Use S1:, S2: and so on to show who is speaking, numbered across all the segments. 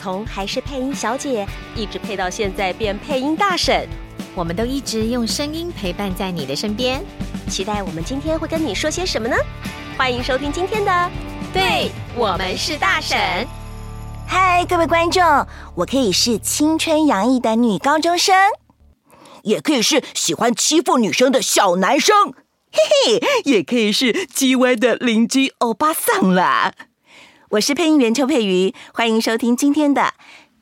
S1: 从还是配音小姐，一直配到现在变配音大婶，
S2: 我们都一直用声音陪伴在你的身边。
S1: 期待我们今天会跟你说些什么呢？欢迎收听今天的，
S2: 对我们是大婶。
S3: 嗨，各位观众，我可以是青春洋溢的女高中生，
S4: 也可以是喜欢欺负女生的小男生，
S3: 嘿嘿， 也可以是叽歪的邻居欧巴桑啦。我是配音员邱佩瑜，欢迎收听今天的，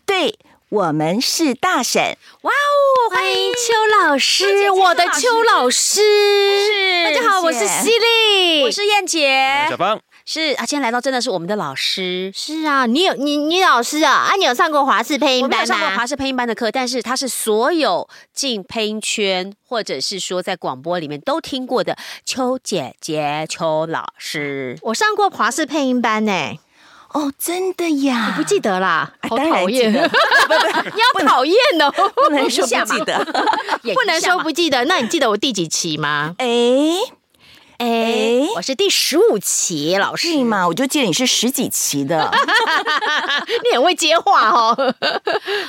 S3: 对我们是大婶。
S2: 哇哦，欢迎邱老师，我的邱老师，大家好，我是犀利，
S1: 我是燕
S2: 哎
S1: 姐
S5: 小，芳，
S1: 是啊，今天来到真的是我们的老师。
S2: 是啊，你有你你老师啊，啊，你有上过华视配
S1: 我
S2: 音
S1: 没有
S2: 班吗？
S1: 上
S2: 啊
S1: 过华视配音班的课，但是他是所有进配音圈或者是说在广播里面都听过的邱姐姐、邱老师。
S2: 我上过华视配音班呢、哎
S3: 哦，真的呀？
S2: 不记得啦，
S3: 啊
S2: 好
S3: 当然
S2: 讨
S3: 记
S2: 厌，
S3: 得
S2: 你要讨厌哦，
S3: 不能说不记得。
S1: 演
S2: 不能
S1: 一下
S2: 说
S1: 嘛
S2: 不记得。那你记得我第几期吗？
S3: 哎，
S2: 哎，我是第十五期，老师，
S3: 是吗？我就记得你是十几期 的。
S2: 你很会接话哦。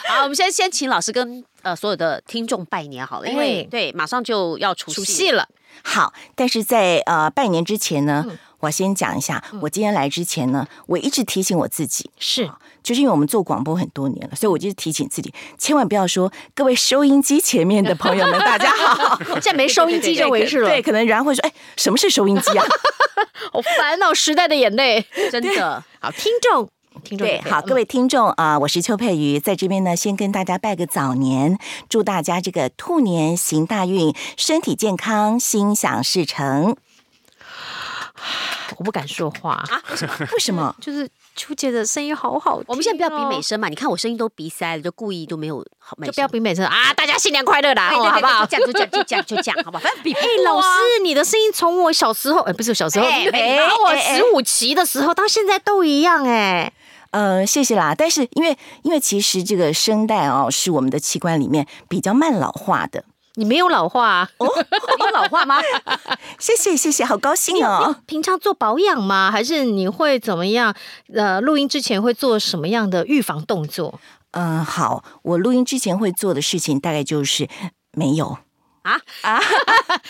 S1: 好，我们先先请老师跟呃所有的听众拜年好了，因为、
S2: 哎
S1: 对马上就要除
S2: 熟
S1: 夕
S2: 悉了，
S3: 好，但是在呃拜年之前呢，我先讲一下，我今天来之前呢，我一直提醒我自己，
S2: 是
S3: 就是因为我们做广播很多年了，所以我就提醒自己，千万不要说各位收音机前面的朋友们，大家好。
S2: 现在没收音机就回事了，
S3: 对，可能然后会说，哎，什么是收音机啊？
S2: 好烦恼时代的眼 泪。
S1: 真的
S2: 好，听众，听众
S3: 对，好，各
S2: 位，
S3: 位听众啊、我是邱佩瑜，在这边呢，先跟大家拜个早年，祝大家这个兔年行大运，身体健康，心想事成。
S2: 我不敢说话，
S3: 为什么？
S2: 就是秋姐的声音好好听哦。
S1: 我们现在不要比美声嘛，你看我声音都鼻塞了，就故意都没有好美
S2: 就
S1: 声，
S2: 不要比美声啊！大家新年快乐啦，
S1: 对对
S2: 哦
S1: 对
S2: 好不好？
S1: 就这样就这样就这样就这样，好吧，反正比
S2: 哎、老师，你的声音从我小时候，哎、不是小时候，
S1: 哎
S2: 你
S1: 哎
S2: 拿我
S3: 哎哎
S2: 十五期的时候到现在都一样、哎，
S3: 呃，谢谢啦。但是因为因为其实这个声带哦，是我们的器官里面比较慢老化的。
S2: 你没有老化、啊，
S1: 你有老化吗？
S3: 谢谢谢谢，好高兴哦。
S2: 平常做保养吗？还是你会怎么样？呃，录音之前会做什么样的预防动作？
S3: 嗯、好，我录音之前会做的事情大概就是没有，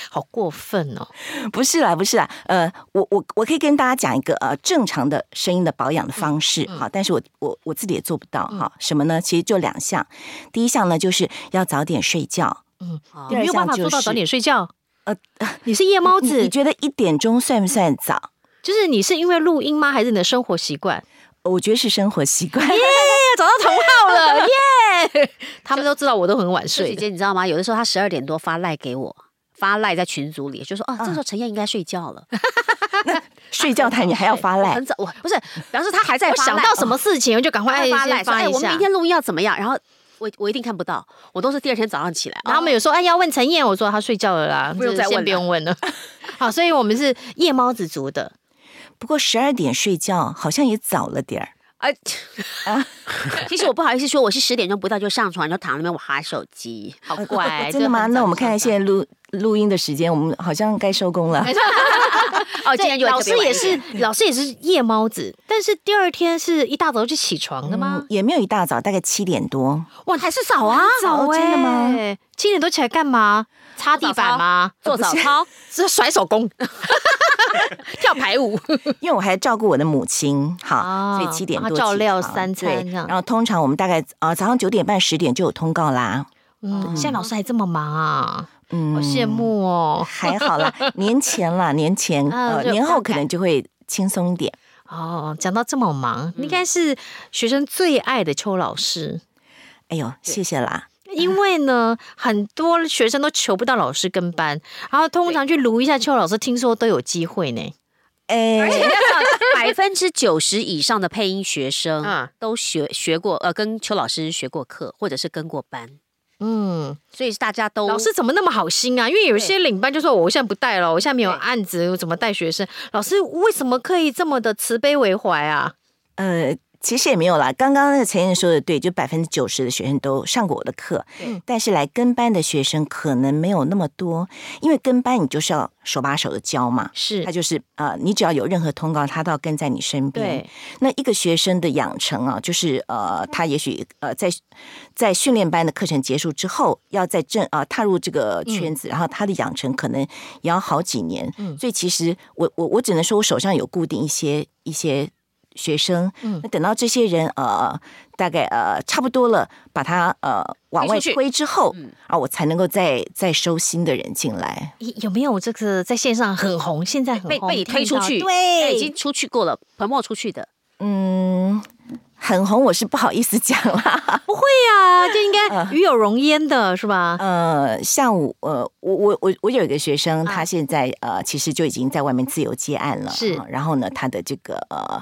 S2: 好过分哦！
S3: 不是啦不是啦，呃，我我我可以跟大家讲一个呃正常的声音的保养的方式哈、但是我我我自己也做不到哈、什么呢？其实就两项，第一项呢就是要早点睡觉。
S1: 哦
S2: 你没有办法做到
S3: 就是
S2: 早点睡觉。
S3: 呃，
S2: 你是夜猫
S3: 你你
S2: 子，
S3: 觉得一点钟算不算早？
S2: 就是你是因为录音吗？还是你的生活习惯？
S3: 我觉得是生活习惯。
S2: 找到同好了，耶！他们都知道我都很晚
S1: 秀姐
S2: 睡的，
S1: 姐，你知道吗？有的时候她十二点多发赖给我，发赖在群组里，就说哦，这
S2: 嗯
S1: 时候陈燕应该睡觉了，
S3: 睡觉谈你还要发赖
S1: 很，早，我不是表示她还在
S2: 我
S1: 发
S2: 想
S1: 赖哦
S2: 到什么事情我就赶
S1: 她
S2: 快
S1: 会发赖
S2: 先
S1: 说
S2: 哦发
S1: 哎，
S2: 一
S1: 我们
S2: 下
S1: 明。天录音要怎么样？然后我我一定看不到，我都是第二天早上起来，
S2: 然后他们有说：“哎，要问陈燕。”我说：“她睡觉了啦，
S1: 不用再
S2: 这
S1: 问
S2: 先不用问了。”好，所以我们是夜猫子族 的。
S3: 不过十二点睡觉好像也早了点儿。
S1: 哎， 其实我不好意思说，我是十点钟不到就上床，就躺在那边我划手机。
S2: 好乖，
S3: 呃真的吗？那我们看看现在录录音的时间，我们好像该收工了。
S1: 哦，
S2: 在
S1: 今天就
S2: 老师也是老师也是夜猫子，但是第二天是一大早就起床的吗？
S3: 嗯也没有一大早，大概七 点多。
S1: 哇，还是早啊，
S3: 早真的吗
S2: 哎？七点多起来干嘛？擦地板吗？
S1: 做早操，
S2: 是甩手工，跳排舞。
S3: 因为我还照顾我的母亲，好，
S2: 啊
S3: 所以七点多
S2: 然后照料
S3: 起床
S2: 三餐
S3: 对
S2: 这样
S3: 然后通常我们大概呃早上九点半十点就有通告啦，
S2: 嗯， 现在老师还这么忙啊，
S3: 嗯
S2: 好羡，慕哦。
S3: 还好 啦，年前啦，年前
S2: 啊
S3: 呃
S2: 就
S3: 年
S2: 大
S3: 后可
S2: 概
S3: 能就会轻松一点。
S2: 哦，讲到这么忙，应该是学生最爱的邱老师。
S3: 哎呦，谢谢啦，
S2: 因为呢，很多学生都求不到老师跟 班，然后通常去撸一下邱老师，听说都有机会呢。
S3: 哎，
S1: 百百分之九十以上的配音学生
S2: 啊
S1: 都学学过，呃，跟邱老师学过课，或者是跟过班，
S2: 嗯，
S1: 所以大家都
S2: 老师怎么那么好心啊？因为有一些领班就说，我现在不带了，我现在没有
S1: 对
S2: 案子，我怎么带学生？老师为什么可以这么的慈悲为怀啊？
S3: 呃，其实也没有啦。刚刚那个陈燕说的对，就百分之九十的学生都上过我的课
S1: 对，
S3: 但是来跟班的学生可能没有那么多，因为跟班你就是要手把手的教嘛。
S2: 是
S3: 他，就是呃，你只要有任何通告，他都要跟在你身边。
S2: 对，
S3: 那一个学生的养成啊，就是呃，他也许呃，在在训练班的课程结束之后，要在正啊、踏入这个圈子，然后他的养成可能也要好几年。
S2: 嗯
S3: 所以其实我我我只能说我手上有固定一些一些学生。
S2: 嗯
S3: 那等到这些人呃，大概呃差不多了，把他呃往
S1: 推出
S3: 外
S1: 去
S3: 推之后，
S1: 嗯
S3: 啊，我才能够再再收新的人进来。
S2: 有有没有这个在线上很红，现在很
S1: 被
S2: 红
S1: 被你推出去，
S2: 对，
S1: 对，已经出去过了，彭默出去的，
S3: 嗯，很红，我是不好意思讲 啦。
S2: 不会 啊，就应该与有容焉的是吧？
S3: 呃，像我，呃，我我我我有一个学生，
S2: 啊
S3: 他现在呃，其实就已经在外面自由接案了，
S2: 是
S3: 啊然后呢，他的这个呃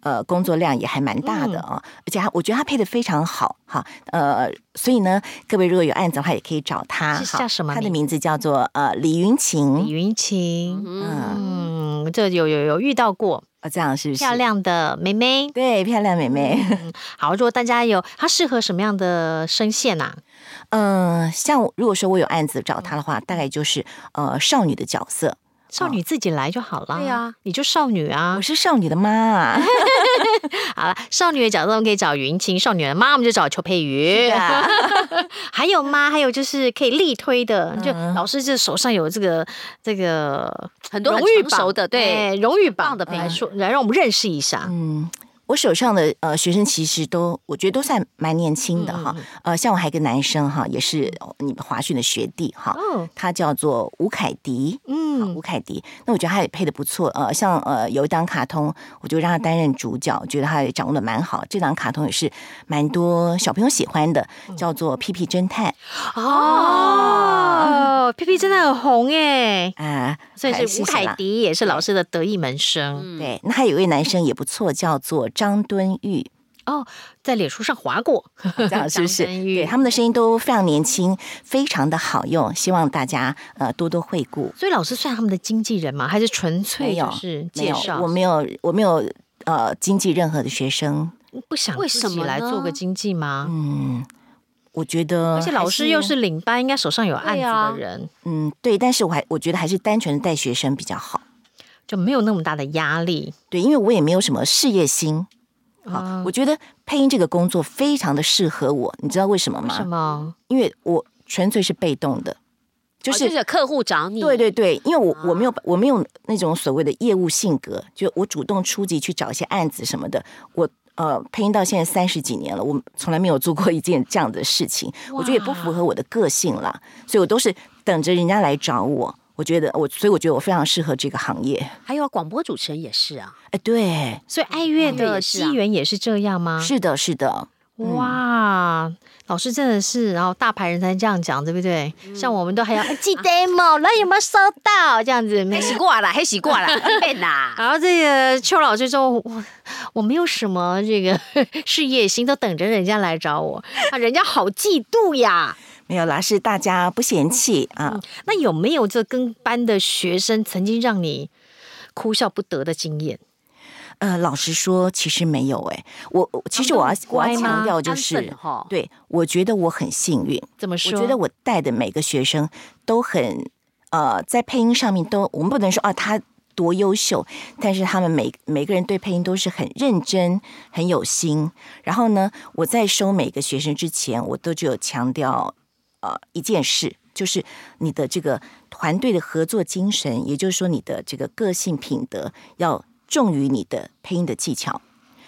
S3: 呃工作量也还蛮大的
S2: 嗯
S3: 啊，而且他我觉得他配的非常好哈，呃，所以呢，各位如果有案子的话，也可以找他。
S2: 是
S3: 哈
S2: 叫什么
S3: 他的
S2: 名
S3: 名字叫做呃李云
S2: 李
S3: 琴，
S2: 云琴，
S1: 嗯，
S2: 嗯，这有有有遇到过
S3: 哦，这样是不是？
S2: 漂，亮的妹妹。
S3: 对，漂亮妹妹。
S2: 好，如果大家有她适合什么样的声线啊？
S3: 嗯、像我如果说我有案子
S2: 嗯
S3: 找他的话，大概就是呃少女的角色，
S2: 少女自己来就好了。
S1: 哦对啊，
S2: 你就少女啊
S3: 我。是少女的妈啊。
S2: 好了，少女的角色我们可以找云清，少女的妈我们就找邱佩瑜。还有吗？还有就是可以力推
S1: 嗯
S2: 的，就老师就手上有这个这个
S1: 很多
S2: 荣
S1: 很
S2: 誉
S1: 成
S2: 榜
S1: 熟的，对，
S2: 哎荣誉榜
S1: 棒的朋友
S2: 来说，来让我们认识一下。
S3: 嗯，我手上的呃学生其实都，我觉得都算蛮年轻的
S2: 嗯
S3: 哈。呃，像我还有一个男生哈，也是你们华讯的学弟
S1: 嗯
S3: 哈，
S2: 哦，
S3: 他叫做吴凯迪。啊
S2: 嗯
S3: 吴凯迪，那我觉得他也配的不错，呃，像呃有一档卡通，我就让他担任主角，我觉得他也掌握的蛮好。这档卡通也是蛮多小朋友喜欢的，
S2: 嗯
S3: 叫做《屁屁侦探》
S2: 哦，皮皮真的很红哎，
S3: 啊、
S2: 所以
S3: 还
S2: 是吴
S3: 谢谢
S2: 凯
S3: 啦
S2: 迪也是老师的得意门生，
S1: 嗯，
S3: 对，那还有一位男生也不错，叫做张敦玉，
S2: 在脸书上划过，
S3: 这样是不是？
S2: 张敦玉
S3: 对，他们的声音都非常年轻，非常的好用，希望大家呃多多惠顾。
S2: 所以老师算他们的经纪人吗？还是纯粹
S3: 没有
S2: 就是
S3: 没
S2: 介
S3: 有
S2: 绍？，
S3: 我没有，我没有呃经济任何的学生，
S2: 不想
S1: 为
S2: 自
S1: 什
S2: 己
S1: 么
S2: 来
S1: 呢
S2: 做个经纪吗？
S3: 嗯，我觉得，
S2: 而且老师又是领班，应该手上有案
S1: 对啊
S2: 子的人，
S3: 嗯对，但是我还我觉得还是单纯的带学生比较好，
S2: 就没有那么大的压力。
S3: 对，因为我也没有什么事业心。
S2: 啊
S3: 好，我觉得配音这个工作非常的适合我，你知道为什么
S2: 为
S3: 吗？
S2: 什么？
S3: 因为我纯粹是被动的，就
S1: 哦
S3: 是
S1: 就是客户找你，
S3: 对对对，因为我我
S1: 啊
S3: 没有我没有那种所谓的业务性格，就我主动出击去找一些案子什么的。我呃，配音到现在三十几年了，我从来没有做过一件这样的事情，我觉得也不符合我的个性啦，所以我都是等着人家来找我。我觉得我，所以我觉得我非常适合这个行业。
S1: 还有啊广播主持人也是 啊，
S3: 哎，对，
S2: 所以爱乐
S1: 乐
S2: 的
S1: 也是啊
S2: 机缘也是这样吗？
S3: 是嗯的，是的，
S2: 哇，老师真的是，然后大牌人才这样讲，对不对？像
S3: 嗯
S2: 我们都还要、哎
S3: 啊
S2: 寄 demo，那有没有收到？这样子没
S1: 黑洗挂了，黑洗挂了，变 啦，
S2: 然后这个邱老师说，我我没有什么这个 事业心，都等着人家来找我，啊，人家好嫉 妒呀。
S3: 没有啦，是大家不嫌弃
S1: 嗯
S3: 啊。
S2: 那有没有这跟班的学生曾经让你哭笑不得的经验？
S3: 呃，老实说，其实没有哎、我我其实
S1: 哦
S3: 我要我要
S2: 乖吗
S3: 强调就
S1: 安分哦
S3: 是，
S1: 哈，
S3: 对我觉得我很幸运。
S2: 怎么说？
S3: 我觉得我带的每个学生都很呃，在配音上面都，我们不能说啊他多优秀，但是他们每每个人对配音都是很认真、很有心。然后呢，我在收每个学生之前，我都只有强调呃一件事，就是你的这个团队的合作精神，也就是说你的这个个性品德要重于你的配音的技巧，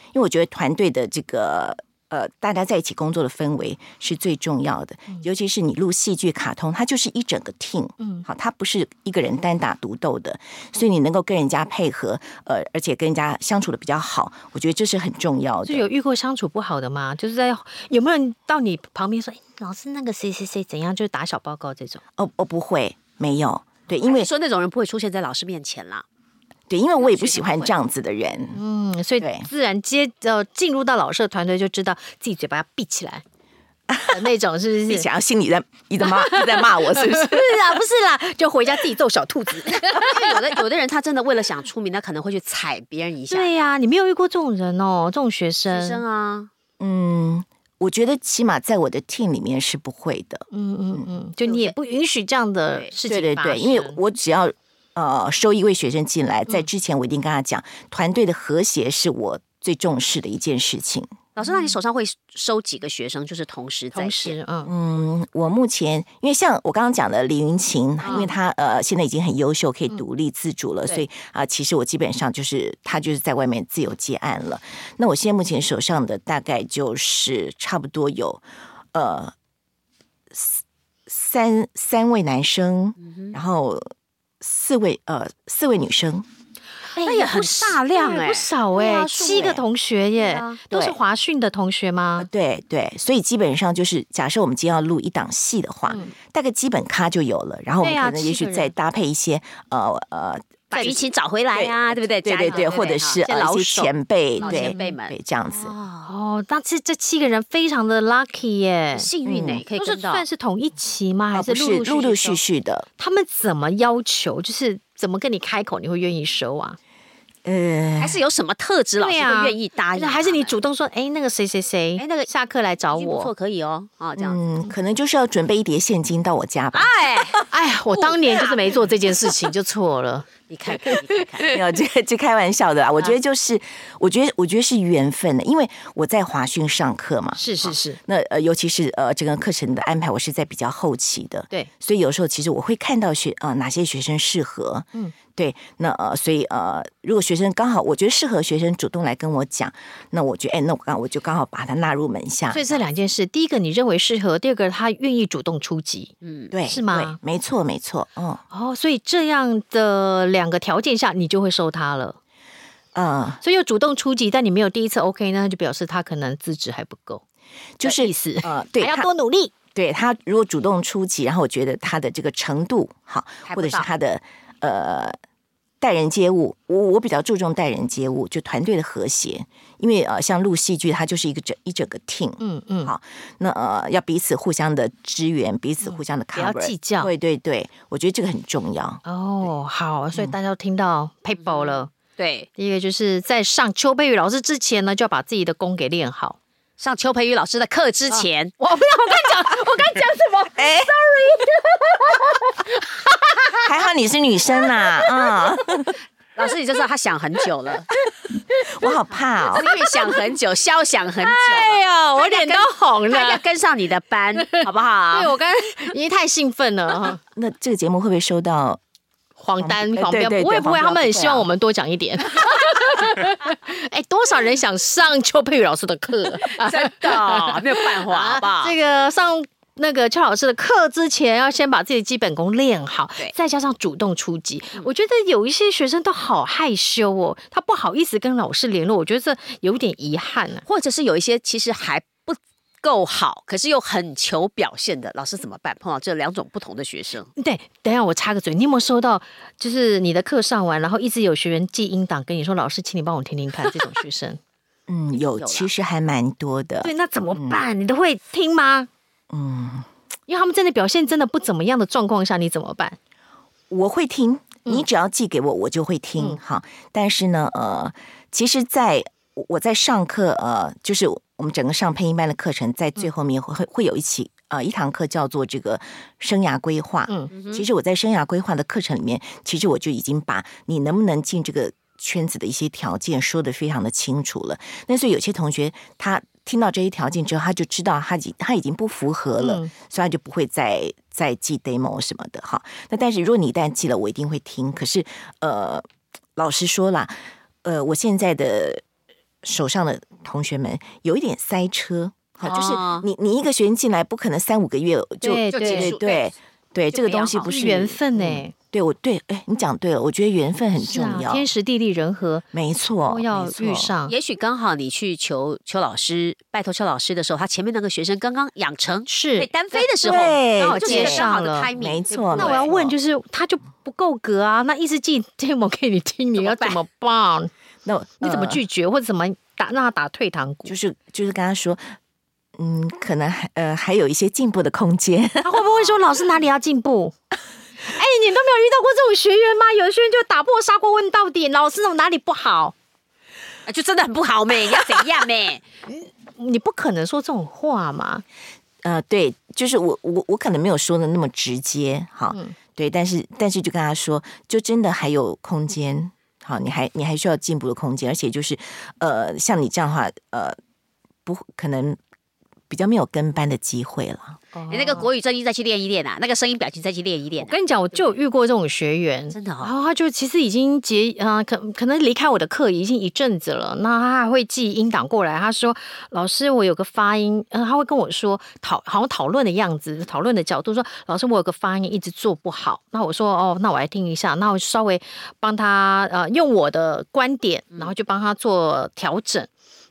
S3: 因为我觉得团队的这个。呃，大家在一起工作的氛围是最重要的，尤其是你录戏剧、卡通，它就是一整个 team，嗯，好，它不是一个人单打独斗的，所以你能够跟人家配合，呃，而且跟人家相处的比较好，我觉得这是很重要的。
S2: 就有遇过相处不好的吗？就是在有没有人到你旁边说，哎，老师那个谁谁谁怎样，就是打小报告这种？
S3: 哦哦，不会，没有，对，因为
S1: 你说那种人不会出现在老师面前啦，
S3: 对，因为我也不喜欢这样子的人。
S2: 嗯，所以
S3: 对
S2: 自然接呃进入到老师的团队，就知道自己嘴巴要闭起来的那种，是 不
S3: 并
S2: 是？
S3: 且要心里在一直骂，一直在骂我，是 不是？
S2: 是啊，不是 啦，就回家自己揍小兔子。
S1: 因为有的有的人他真的为了想出名，他可能会去踩别人一下。
S2: 对呀、你没有遇过这种人哦，这种学生。
S1: 学生啊，
S3: 嗯，我觉得起码在我的 team 里面是不会的。
S2: 嗯嗯嗯，就你也不允许这样的
S1: 对
S2: 事情
S3: 对对
S2: 发
S3: 对，
S2: 生嗯
S3: 因为我只要呃收一位学生进来，在之前我一定跟他讲，团队的和谐是我最重视的一件事情。
S1: 老师，那你手上会收几个学生？就是嗯同时在
S2: 同
S1: 线，
S2: 时，嗯，
S3: 嗯，我目前因为像我刚刚讲的李云琴，因
S2: 嗯
S3: 为她呃现在已经很优秀，可以独立自主了，
S1: 对
S3: 所以啊、其实我基本上就是她就是在外面自由接案了。那我现在目前手上的大概就是差不多有呃四三三位男生，
S2: 嗯
S1: 嗯
S3: 然后四位呃四位女生，
S1: 那也很大量
S2: 对
S1: 哎
S2: 不少
S1: 对
S2: 哎、
S1: 啊数
S2: 七个
S1: 哎
S2: 同学耶，
S1: 啊
S2: 都是
S3: 对
S2: 华讯的同学吗？
S3: 对对，所以基本上就是，假设我们今天要录一档戏的话，
S2: 嗯
S3: 大概基本咖就有了，然后我们
S2: 对啊
S3: 可能也
S2: 七个
S3: 许再
S2: 人
S3: 搭配一些呃呃，
S1: 把
S2: 对
S1: 舆情找回来呀，对不啊对？
S3: 对
S1: 加油
S3: 对对，或者是
S1: 哈
S3: 呃一些前辈，
S1: 老
S3: 对
S1: 前辈们
S3: 对这样子。
S1: 哦，
S2: 哦，那这这七个人非常的 lucky 耶
S1: 很，幸运呢，可以
S2: 都是
S1: 跟到
S2: 算是同一期吗？还
S3: 啊，不
S2: 陆
S3: 是陆陆
S2: 收
S3: 续？续的，
S2: 他们怎么要求？就是怎么跟你开口，你会愿意收啊？
S3: 呃
S1: 还，是有什么特质老师
S2: 对啊
S1: 会愿意答
S2: 还是
S1: 应？
S2: 还是你主动说，哎，那个谁谁谁，
S1: 哎哎那个
S2: 下课来找
S1: 已经不错，
S2: 我。
S1: 可以哦，啊，这样子。
S3: 嗯，可能就是要准备一叠现金到我 家吧，
S1: 哎，
S2: 哎呀，我当年就是没做这件事情，就错了。
S1: 你看看，你看看，
S3: 没有，这个这开玩笑的啦。我觉得就是，我觉得我觉得是缘分的，因为我在华讯上课嘛，
S2: 是是是，
S3: 那呃，尤其是呃，整个课程的安排，我是在比较后期的，
S2: 对，
S3: 所以有时候其实我会看到学呃哪些学生适合，
S2: 嗯
S3: 嗯，对，那呃，所以呃，如果学生刚好我觉得适合学生主动来跟我讲，那我觉得哎，那我刚我就刚好把他纳入门下，
S2: 所以啊这两件事，第一个你认为适合，第二个他愿意主动出击。
S1: 嗯，
S3: 对
S2: 是吗
S3: 对没错，没错，嗯
S2: 哦，所以这样的两个条件下，你就会收他了。
S3: 呃，
S2: 所以有主动出击，但你没有第一次 OK 呢，就表示他可能资质还不够，
S3: 就是
S2: 意思。
S3: 呃，对
S2: 还要
S3: 他
S2: 多努力。
S3: 对他如果主动出击，然后我觉得他的这个程度好，
S1: 还不
S3: 或者是
S1: 到
S3: 他的呃待人接物，我我比较注重待人接物，就团队的和谐，因为呃像录戏剧，它就是一个整一整个 team，
S2: 嗯嗯，
S3: 好，那呃要彼此互相的支援，彼此互相的
S2: 嗯不要
S3: cover，、
S2: 计较
S3: 对对对，我觉得这个很 重要。
S2: 哦，好，所以大家都听到 paper 了。
S1: 对，
S2: 第一个就是在上邱佩玉老师之前呢，就要把自己的功给练好。
S1: 上邱培宇老师的课之前，
S2: 我不 要，我刚讲，我刚讲什么？
S3: 哎、s o r r y 还好你是女生啦，啊、
S1: 老师你就知道他想很久 了，
S3: 我好怕哦。
S1: 因为想很久，消想很久
S2: 哎
S1: 了，
S2: 呀，我脸都红
S1: 他要
S2: 了。
S1: 跟上你的班，好不好
S2: 对，？我刚 刚因为太兴奋了。
S3: 那这个节目会不会收到？
S2: 黄单
S3: 哎
S2: 黄标，
S3: 对对对
S2: 不会不会，
S3: 黄标
S2: 他们很
S3: 不会啊
S2: 希望我们多讲一点。 哎，多少人想上邱佩宇老师的 课？
S1: 真的 没有办法，好不好？
S2: 这个上那个邱老师的课之前，要先把自己的基本功练好
S1: 对，
S2: 再加上主动出击。我觉得有一些学生都好害羞哦，他不好意思跟老师联络，我觉得这有点遗憾啊呢、
S1: 或者是有一些其实还不够好，可是又很求表现的，老师怎么办？碰到这两种不同的学生，
S2: 对，等一下我插个嘴，你有没有收到？就是你的课上完，然后一直有学员寄音档跟你说：“老师，请你帮我听听看。”这种学 生，
S3: 嗯，有，
S1: 有啦
S3: 其实还蛮多的。
S2: 对，那怎么办？你都会听吗？
S3: 嗯，
S2: 因为他们真的表现真的不怎么样的状况下，你怎么办？
S3: 我会听，你只要寄给我，我就会听。哈、但是呢，呃，其实在，我我在上课，呃，就是我们整个上配音班的课程，在最后面会会会有一起呃一堂课叫做这个生涯规划。
S2: 嗯
S3: 其实我在生涯规划的课程里面，其实我就已经把你能不能进这个圈子的一些条件说得非常的清楚了。那所以有些同学他听到这些条件之后，他就知道他已他已经不符合了，
S2: 嗯
S3: 所以他就不会再再寄 demo 什么的哈。那但是如果你一旦寄了，我一定会听。可是呃，老实说啦，呃，我现在的手上的同学们有一点塞车。好，就是
S1: 哦
S3: 你你一个学生进来，不可能三五个月就
S2: 对
S1: 就
S2: 对
S1: 结
S3: 哎对
S1: 束
S3: 对对，
S2: 就
S3: 这个
S2: 培养
S3: 东西
S2: 好
S3: 不是嗯
S2: 缘分呢、欸
S3: 对我对，哎，你讲对了，我觉得缘分很
S2: 是
S3: 嗯重
S2: 啊，
S3: 要，
S2: 天时地利人和
S3: 没错，
S2: 都要
S3: 没错
S2: 遇。上。
S1: 也许刚好你去求邱老师拜托邱老师的时候，他前面那个学生刚刚养成对
S2: 是，
S1: 单飞的时候，
S3: 对
S1: 刚好
S2: 就
S1: 接
S2: 接
S1: 上
S2: 上了
S1: 了 timing，
S3: 没
S1: 对不
S3: 错
S1: 对
S2: 那我要
S3: 没错
S2: 问，就是他就不够格啊，那一直寄 demo 给你 听，你要怎么
S3: 嗯
S2: 办？
S3: 那
S2: 你怎么
S3: 呃
S2: 拒绝，或者怎么打让他打退堂鼓
S3: 就？是就是跟他说，嗯，可能还呃还有一些进步的空间。
S2: 他会不会说老师哪里要进步？哎，你都没有遇到过这种学员吗？有些人就打破砂锅问到底，老师我哪里不好？
S1: 啊就真的很不好妹，要怎样妹？
S2: 你不可能说这种话嘛？
S3: 呃，对，就是我我我可能没有说的那么直接，哈，
S2: 嗯
S3: 对，但是但是就跟他说，就真的还有空间，好，你还你还需要进步的空间，而且就是呃，像你这样的话，呃，不可能比较没有跟班的机会了，
S1: 你那个国语正音再去练一练啊，那个声音表情再去练一练
S2: 我
S1: 啊，
S2: 跟你讲，我就有遇过这种学员，
S1: 真的
S2: 然
S1: 哦。
S2: 后他就其实已经结啊、可可能离开我的课已经一阵子了，那他还会寄音档过来。他说：“老师，我有个发音。呃”他会跟我说讨好像讨论的样子，讨论的角度说：“老师，我有个发音一直做不好。”那我说：“哦，那我来听一下。”那我稍微帮他呃用我的观点，
S1: 嗯
S2: 然后就帮他做调整。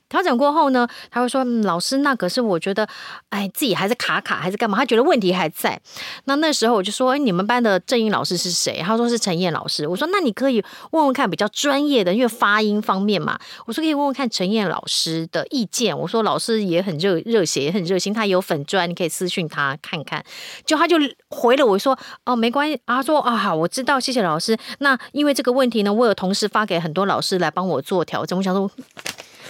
S2: 调整过后呢，他会说：“嗯，老师，那可是我觉得，哎，自己还是卡卡，还是干嘛？他觉得问题还在。”那那时候我就说：“哎，你们班的正音老师是谁？”他说是陈燕老师。我说：“那你可以问问看比较专业的，因为发音方面嘛。”我说：“可以问问看陈燕老师的意见。”我说：“老师也很热热血，也很热心，他有粉砖，你可以私讯他看看。”就他就回了我说：“哦，没关系。”啊，他说：“啊，好，我知道，谢谢老师。那因为这个问题呢，我有同事发给很多老师来帮我做调整。我想说，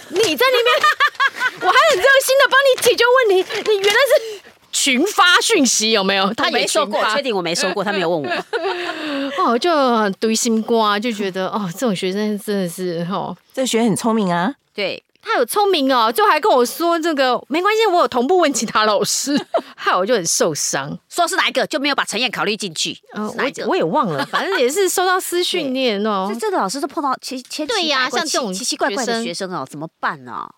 S2: 你在里面，我还很热心的帮你解决问题，你原来是。”群发讯息有没有？
S1: 他
S2: 他也
S1: 没说
S2: 群
S1: 过，
S2: 发
S1: 确定我没说过，他没有问我。
S2: 哦，就很堆心瓜，就觉得哦，这种学生真的是哦，
S3: 这个学员很聪明啊，
S1: 对，
S2: 他有聪明哦，就还跟我说这个没关系，我有同步问其他老 师，害我就很受伤。
S1: 说是哪一个就没有把陈燕考虑进去，
S2: 嗯、
S1: 是哪一
S2: 我
S1: 个？
S2: 我也忘了，反正也是收到私讯念哦
S1: 所以。这个老师都碰到奇千奇
S2: 对呀
S1: 百怪
S2: 像这种
S1: 奇奇奇怪怪的
S2: 学
S1: 学生哦，怎么办呢？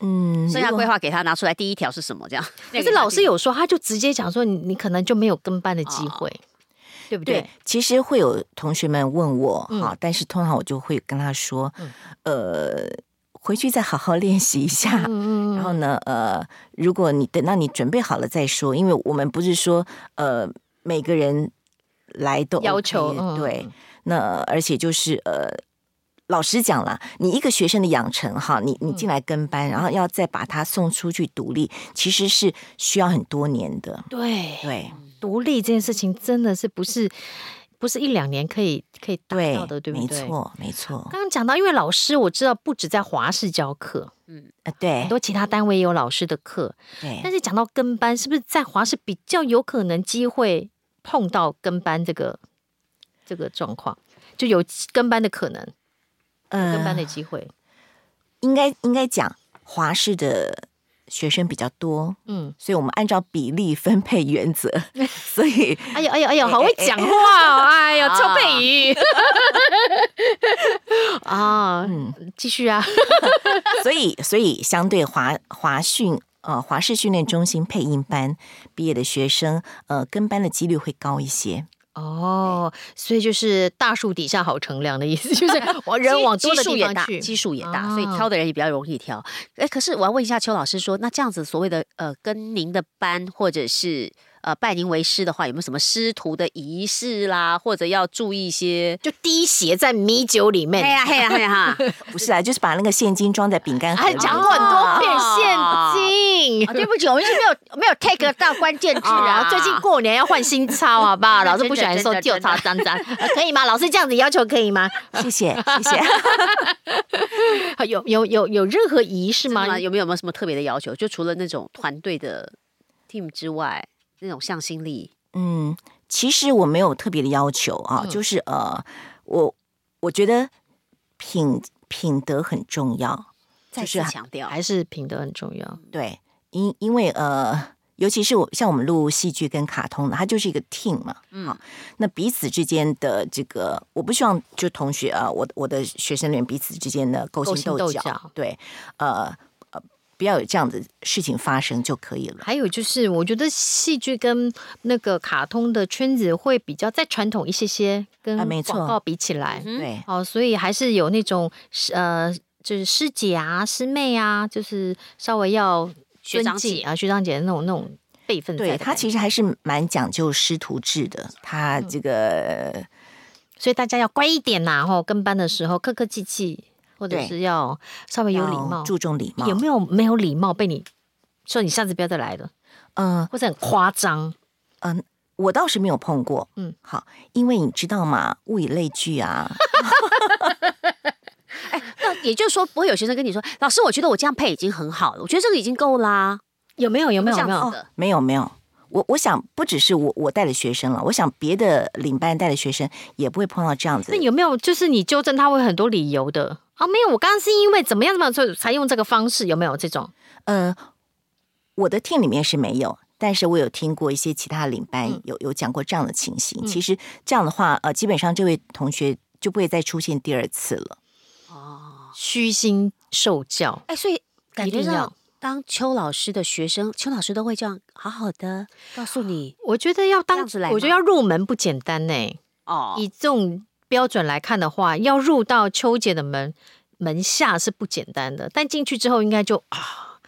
S3: 嗯，
S1: 生涯
S3: 如果
S1: 规划给他拿出来，第一条是什么？这样，
S2: 可是老师有说，他就直接讲说你你可能就没有跟班的机
S1: 哦
S2: 会，对不
S3: 对
S2: 对？，
S3: 其实会有同学们问我
S2: 嗯
S3: 哈，但是通常我就会跟他说
S2: 嗯，
S3: 呃，回去再好好练习一下。
S2: 嗯
S3: 然后呢，呃，如果你等到你准备好了再说，因为我们不是说呃每个人来都
S2: 要
S3: OK
S2: 求嗯
S3: 对，那而且就是呃。老实讲啦，你一个学生的养成哈，你
S2: 嗯
S3: 你进来跟班，然后要再把他送出去独立，其实是需要很多年的。
S2: 对，
S3: 对，
S2: 独立这件事情真的是不是不是一两年可以可以达
S3: 对
S2: 到的，对不
S3: 没
S2: 对？
S3: 错，没错。
S2: 刚刚讲到，因为老师我知道不止在华视教课，
S3: 呃，对
S2: 很，多其他单位也有老师的课，
S3: 对。
S2: 但是讲到跟班，是不是在华视比较有可能机会碰到跟班这个这个状况，就有跟班的可能，
S3: 嗯，
S2: 跟班的机会。
S3: 应该应该讲华氏的学生比较多，
S2: 嗯，
S3: 所以我们按照比例分配 原则，所以
S2: 哎呦哎呦哎呦，好会讲话哦！哎呦，
S1: 啊
S2: 邱佩仪 啊，继续啊，
S3: 嗯所以所以相对华华训呃华氏训练中心配音班毕业的学生，呃跟班的几率会高一些。
S2: 哦，所以就是大树底下好乘凉的意思， 就是我人往多的
S1: 基数
S2: 地
S1: 也
S2: 方
S1: 大，
S2: 去，
S1: 基数也大，
S2: 啊
S1: 所以挑的人也比较容易挑。哎，可是我要问一下邱老师说，那这样子所谓的呃，跟您的班或者是呃拜您为师的话，有没有什么师徒的仪式啦，或者要注意一些？
S2: 就滴血在米酒里面。
S1: 嘿 呀嘿呀嘿呀！哈
S3: 不是啊，就是把那个现金装在 饼干盒
S2: 还
S3: 里。
S2: 啊讲过很多遍
S1: 哦
S2: 现金
S1: 啊，对不起，我们是没 有没有 take 到关键字啊。
S2: 最近过年要换新钞，好 不好？
S1: 真的
S2: 老师不喜欢说旧钞脏脏，呃可以吗？老师这样子要求可以吗？
S3: 谢谢谢谢。
S2: 有有有有任何仪式
S1: 真的
S2: 吗？
S1: 吗？有没有有没有什么特别的要求？就除了那种团队的 team 之外，那种向心力，
S3: 嗯，其实我没有特别的要求啊，
S2: 嗯
S3: 就是呃，我我觉得品品德很重要，
S1: 再
S3: 是
S1: 次
S3: 还
S1: 强调，
S2: 还是品德很重要。
S3: 对，因因为呃，尤其是我像我们录戏剧跟卡通的，它就是一个 team 嘛，嗯、那彼此之间的这个，我不希望就同学啊、呃我的我的学生里面彼此之间的勾
S2: 勾
S3: 心
S2: 心
S3: 斗
S2: 斗
S3: 角，
S2: 角
S3: 对，呃呃，不要有这样的事情发生就可以了。
S2: 还有就是，我觉得戏剧跟那个卡通的圈子会比较再传统一些些，跟
S3: 啊没错
S2: 广告比起来，
S1: 嗯
S3: 对，
S2: 哦，所以还是有那种呃，就是师姐啊、师妹啊，就是稍微要
S1: 学长
S2: 尊敬
S1: 姐
S2: 啊、学长姐那种那种辈分在的感
S3: 对
S2: 觉。
S3: 他其实还是蛮讲究师徒制的，他
S2: 嗯
S3: 这个
S2: 所以大家要乖一点呐、吼，跟班的时候客客气气，或者
S3: 对
S2: 是要稍微有礼
S3: 要
S2: 貌。
S3: 注重礼貌。
S2: 有没有没有礼貌被你说你下次不要再来了，
S3: 嗯
S2: 或者很夸张？
S3: 嗯，我倒是没有碰过。
S2: 嗯
S3: 嗯，好，因为你知道嘛，物以类聚啊。
S1: 那也就是说，不会有学生跟你说，老师，我觉得我这样配已经很好了，我觉得这个已经够啦。
S2: 有没有有没有
S1: 这样
S2: 有没有？
S1: 子
S2: 哦
S1: 的，
S3: 没有没有，我我想不只是我我带的学生了，我想别的领班带的学生也不会碰到这样子
S2: 那。有没有就是你纠正他会很多理由的？啊，没有，我刚刚是因为怎么样怎么样，所以才用这个方式，有没有这种？
S3: 呃，我的 team 里面是没有。但是我有听过一些其他领
S2: 嗯
S3: 班有有讲过这样的情形，其实这样的话，呃，基本上这位同学就不会再出现第二次了。
S1: 哦，
S2: 虚心受教，
S1: 哎，所以感觉
S2: 一定要
S1: 上。当邱老师的学生，邱老师都会这样好好的告诉 你
S2: 我觉得要
S1: 这
S2: 当
S1: 样子来，吗
S2: 我觉得要入门不简单呢、
S1: 哦
S2: 以这种标准来看的话，要入到秋姐的门门下是不简单的，但进去之后应该就啊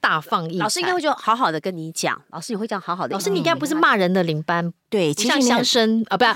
S2: 大放异彩。
S1: 老师应该会就好好的跟你讲，老师你会这样好嗯好的。
S2: 老师，你应该不是骂人的领班，
S3: 对，
S2: 不
S3: 嗯其
S2: 像
S3: 实你
S2: 相
S3: 很哎
S2: 声啊，不要。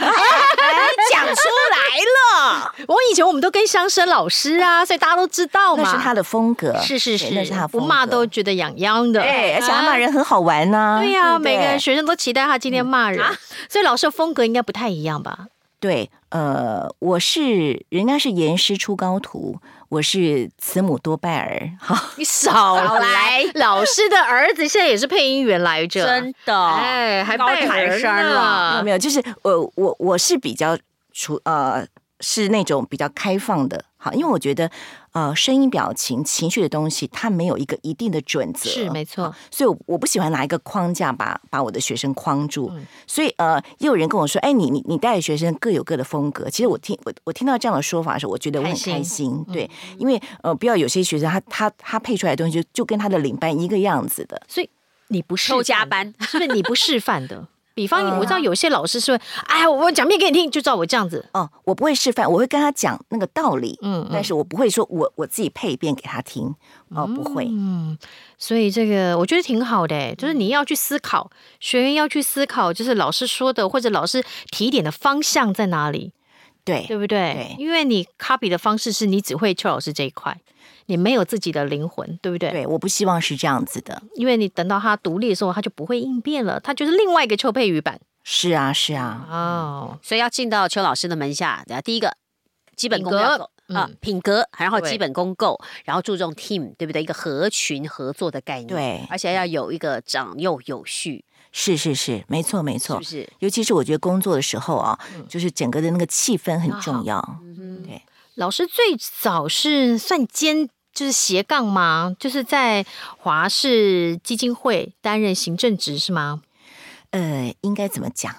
S1: 讲出来了，
S2: 我以前我们都跟相声老师啊，所以大家都知道嘛。
S3: 那是他的风格，
S2: 是是
S3: 对
S2: 是，
S3: 那是他的
S2: 不
S3: 风
S2: 骂
S3: 格
S2: 都觉得痒痒的。
S3: 对，而且他
S2: 啊
S3: 骂人很好玩呐、
S2: 对呀、
S3: 不嗯啊
S2: 每个学生都期待他今天骂人，所以老师的风格应该不太一样吧？
S3: 对，呃，我是人家是严师出高徒，我是慈母多败儿，哈，
S2: 你少来，老师的儿子现在也是配音员来着，
S1: 真的，哦
S2: 哎，还
S1: 高
S2: 拜
S1: 材
S2: 儿
S1: 生啊了
S2: 呢
S3: 没有，就是我我我是比较出呃是那种比较开放的，好，因为我觉得呃声音、表情、情绪的东西，它没有一个一定的准则，
S2: 是没错，
S3: 所以我我不喜欢拿一个框架把把我的学生框住，
S2: 嗯
S3: 所以呃，也有人跟我说，哎，你你你带的学生各有各的风格。其实我听我我听到这样的说法的时候，我觉得我很
S2: 开心嗯
S3: 开心，对，因为呃，不要有些学生他他他配出来的东西就就跟他的领班一个样子的，
S2: 所以你不是
S1: 偷加，班，嗯
S2: 是不是你不示范的？比方我知道有些老师是会，哎，我讲遍给你听，就照我这样子，
S3: 哦、我不会示范，我会跟他讲那个道理，
S2: 嗯嗯
S3: 但是我不会说我我自己配一遍给他听，哦、不会，
S2: 嗯，所以这个我觉得挺好的欸，就是你要去思考，学员要去思考，就是老师说的或者老师提点的方向在哪里，对
S3: 对
S2: 不对？
S3: 对
S2: 因为你 copy 的方式是你只会邱老师这一块，你没有自己的灵魂，对不对？
S3: 对，我不希望是这样子的，
S2: 因为你等到他独立的时候，他就不会应变了，他就是另外一个邱佩瑜版
S3: 是啊是啊，
S2: 哦。
S1: 所以要进到邱老师的门下，等下第一个基本功要够
S2: 品格
S1: 啊
S2: 嗯，
S1: 品格，然后
S2: 对
S1: 基本功够，然后注重 team，对不对？一个合群合作的概念，
S3: 对
S1: 而且要有一个长幼有序，
S3: 是是是，没错没
S1: 是
S3: 错
S1: 不，是？
S3: 尤其是我觉得工作的时候啊，就是整个的那个气氛很重要。
S1: 嗯
S3: 对，
S2: 老师最早是算兼就是斜杠吗？就是在华氏基金会担任行政职是吗？
S3: 呃，应该怎么讲？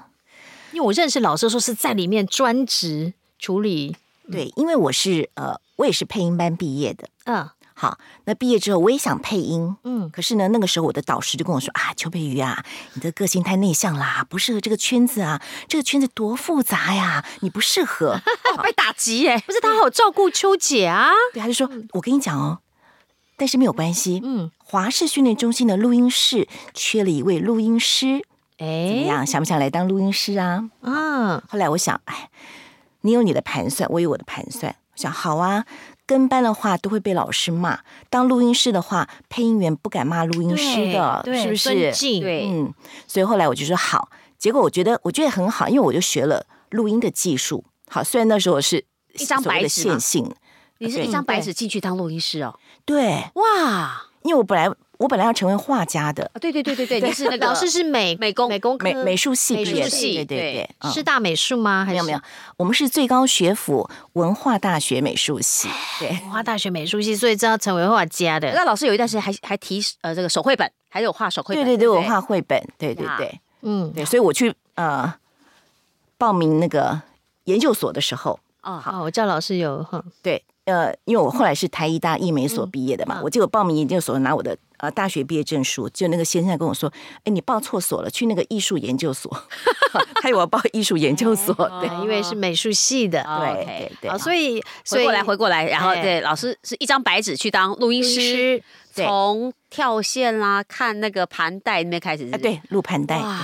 S2: 因为我认识老师的时候是在里面专职处理，
S3: 对，因为我是呃，我也是配音班毕业的。
S2: 嗯
S3: 好，那毕业之后我也想配音。
S2: 嗯，
S3: 可是呢，那个时候我的导师就跟我说啊，邱佩瑜啊，你的个性太内向啦，不适合这个圈子啊，这个圈子多复杂呀，你不适合。
S1: 哦，被打击耶！
S2: 不是他好照顾秋姐 啊，
S3: 对，他就说，我跟你讲哦，但是没有关系，
S2: 嗯，
S3: 华视训练中心的录音室缺了一位录音师，怎么
S2: 哎，
S3: 样？想不想来当录音师啊？
S2: 嗯，
S3: 后来我想，哎，你有你的盘算，我有我的盘算。我想好啊，跟班的话都会被老师骂，当录音师的话，配音员不敢骂录音师的，
S2: 对
S3: 是不
S2: 尊
S3: 是？
S2: 敬，
S1: 对
S3: 嗯，所以后来我就说好，结果我觉得我觉得很好，因为我就学了录音的技术。好，虽然那时候我是
S1: 一张
S3: 所谓
S1: 白
S3: 的
S1: 纸嘛
S3: 线性，
S1: 你是
S3: 啊对
S1: 一张白纸进去当录音师哦，
S3: 对，
S1: 哇！
S3: 因为我本来我本来要成为画家的，
S1: 啊，对对对对对，你是那个
S2: 老师是美
S1: 美工
S2: 美工科
S3: 美美术系
S2: 美
S3: 毕
S2: 术
S3: 业的，
S1: 系
S3: 对对
S1: 对
S3: 对，嗯
S2: 师大美术吗？还
S3: 没
S2: 是
S3: 有没有，我们是最高学府文化大学美术系，对。
S2: 文化大学美术系，所以这要成为画家的。
S1: 那老师有一段时间还还提呃这个手绘本，还有画手绘
S3: 对
S1: 本，
S3: 对对，
S1: 不
S3: 我画绘本，对对
S1: 呀
S3: 对
S2: 嗯，
S3: 对，所以我去呃报名那个研究所的时候，
S1: 哦，
S2: 好，我叫老师有哈，
S3: 对，呃，因为我后来是台医大医美所
S2: 嗯
S3: 毕业的嘛，
S2: 嗯
S3: 我就有报名研究所拿我的呃大学毕业证书，就那个先生跟我说，哎，你报错所了，去那个艺术研究所， 他以为我报艺术研究所，对
S2: 因为是美术系的，
S1: 哎哦
S3: 对
S1: OK
S3: 对对
S2: 好，所以所
S1: 回
S2: 以
S1: 过来回过来，然后
S2: 哎
S1: 对老师是一张白纸去当录音
S2: 律
S1: 师，
S2: 师
S3: 对
S1: 从跳线啦、看那个盘带那边开始是不
S3: 啊，
S1: 是，
S3: 对，录盘带，
S1: 哇，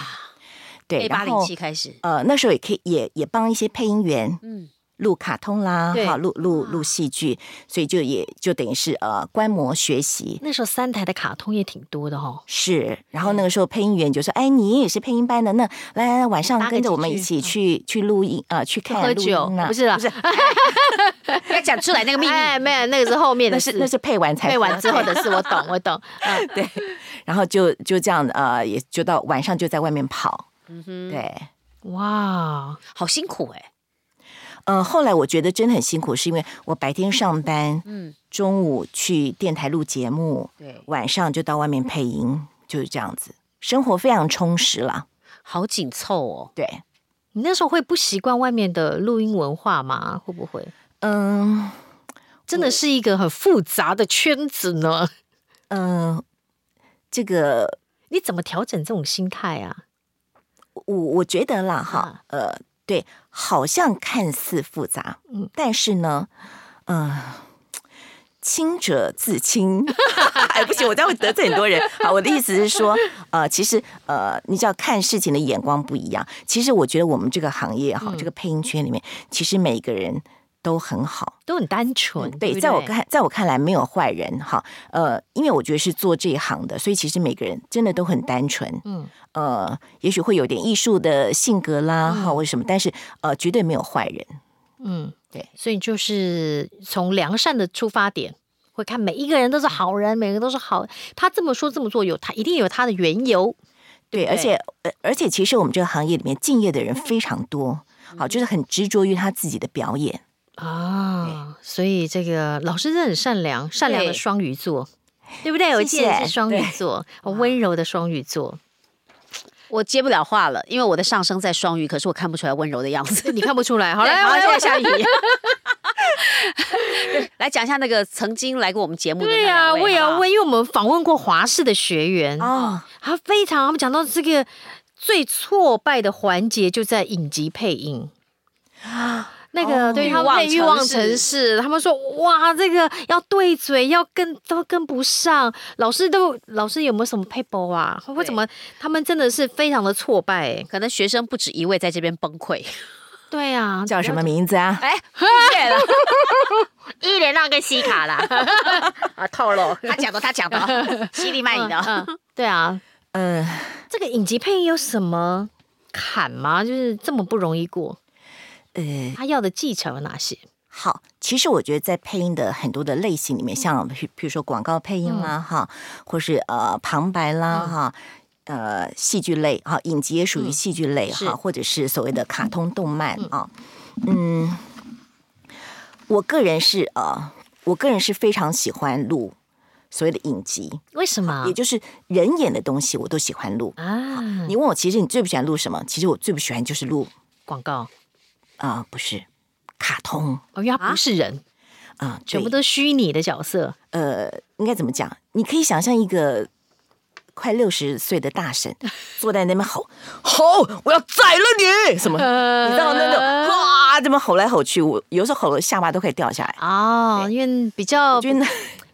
S3: 对，
S1: A 八
S3: 然
S1: 零
S3: 后
S1: 七开始，
S3: 呃那时候也可以也也帮一些配音员
S1: 嗯，
S3: 录卡通啦
S2: 对，啊
S3: 好录录
S1: 哇
S3: 录戏剧，所以就也就等于是呃观摩学习。
S2: 那时候三台的卡通也挺多的哦。
S3: 是，然后那个时候配音员就说：“哎，你也是配音班的，那来来来，晚上
S2: 搭个
S3: 跟着
S2: 几
S3: 我们一
S2: 句嗯
S3: 起去去录音啊、呃去看
S2: 喝
S3: 录
S2: 酒
S3: 音啊
S2: 不是啦，
S3: 不是，
S1: 不要讲出来那个秘密，
S2: 哎，没有，那个是后面
S3: 那
S2: 的
S3: 是
S2: 事，
S3: 那是配 完才
S2: 背完
S3: 喝
S2: 之后
S3: 对
S2: 的事，我懂，我懂。嗯，
S3: 对，然后就就这样呃，也就到晚上就在外面跑，
S2: 嗯
S3: 对。”
S2: 哇，
S1: 好辛苦哎、
S3: 呃，后来我觉得真的很辛苦，是因为我白天上班，
S1: 嗯，
S3: 中午去电台录节目，
S1: 对，
S3: 晚上就到外面配音，就是这样子，生活非常充实啦。
S1: 好紧凑哦。
S3: 对，
S2: 你那时候会不习惯外面的录音文化吗？会不会
S3: 嗯
S2: 真的是一个很复杂的圈子呢？
S3: 嗯、这个
S2: 你怎么调整这种心态啊？
S3: 我我觉得啦哈，呃，对，好像看似复杂，
S2: 嗯
S3: 但是呢，嗯、清者自清， 哎，不行，我这样会得罪很多人。 好，我的意思是说，呃，其实呃，你知道看事情的眼光不一样。其实我觉得我们这个行业哈，
S2: 嗯
S3: 这个配音圈里面，其实每个人都很好。
S2: 都很单纯，
S3: 嗯
S2: 对不
S3: 对，
S2: 对，
S3: 在我看，在我看来没有坏人哈。呃，因为我觉得是做这一行的，所以其实每个人真的都很单纯。
S2: 嗯，
S3: 呃，也许会有点艺术的性格啦，哈、或者什么，但是呃，绝对没有坏人。
S2: 嗯，
S3: 对，
S2: 所以就是从良善的出发点，会看每一个人都是好人，每个人都是好。他这么说这么做，有他一定有他的缘由。
S3: 对，而且呃而且，其实我们这个行业里面敬业的人非常多，好，就是很执着于他自己的表演。
S2: 啊，所以这个老师真的很善良，善良的
S1: 对
S2: 双鱼座，对不对？我记得
S3: 谢
S2: 是双鱼座，哦温柔的双鱼 座。
S1: 我接不了话了，因为我的上升在双鱼，可是我看不出来温柔的样子。
S2: 你看不出来，好
S1: 对
S2: 来，
S1: 好
S2: 我
S1: 现在下
S2: 雨。
S1: 来讲一下那个曾经来过我们节目的
S2: 对
S1: 那
S2: 呀、
S1: 两位
S2: 我也
S1: 好不
S2: 要
S1: 好
S2: 问，因为我们访问过华视的学员，
S3: 哦，
S2: 他非常，他们讲到这个最挫败的环节就在影集配音。那个、对
S1: 欲
S2: 他们
S1: 望
S2: 配哦欲望
S1: 城市
S2: 城市，他们说哇，这个要对嘴，要跟都跟不上，老师都老师有没有什么 paper 啊？为什么他们真的是非常的挫败、欸？
S1: 可能学生不止一位在这边崩溃。
S2: 对啊，
S3: 叫什么名字啊？
S1: 哎，谢了，
S2: 一连那个西卡啦，
S1: 啊，透露 他讲的，他讲 的，犀利卖你的。
S2: 嗯嗯 对啊，
S3: 嗯、
S2: 这个影集配音有什么坎吗？就是这么不容易过？
S3: 呃，
S2: 他要的技巧有哪些？
S3: 好，其实我觉得在配音的很多的类型里
S2: 嗯
S3: 面，像譬譬如说广告配音啦，哈、或是呃旁白
S2: 嗯
S3: 啦，哈、呃戏剧类哈，影集也属于戏剧类
S2: 是嗯
S3: 哈、或者是所谓的卡通动漫啊，嗯，我个人是呃，我个人是非常喜欢录所谓的影集，
S2: 为什么
S3: 也？就是人演的东西，我都喜欢录。
S2: 啊，
S3: 你问我，其实你最不喜欢录什么？其实我最不喜欢就是录
S2: 广告，
S3: 啊、不是卡通
S2: 哦，因为它不是人，
S3: 啊、
S2: 全部
S3: 对
S2: 都虚拟的角色。
S3: 呃，应该怎么讲？你可以想象一个快六十岁的大婶坐在那边吼吼，我要宰了你！什么？你知道那种
S2: 呃
S3: 哇，这么吼来吼去，我有时候吼的下巴都快掉下来。
S2: 哦，因为比较
S3: 我觉得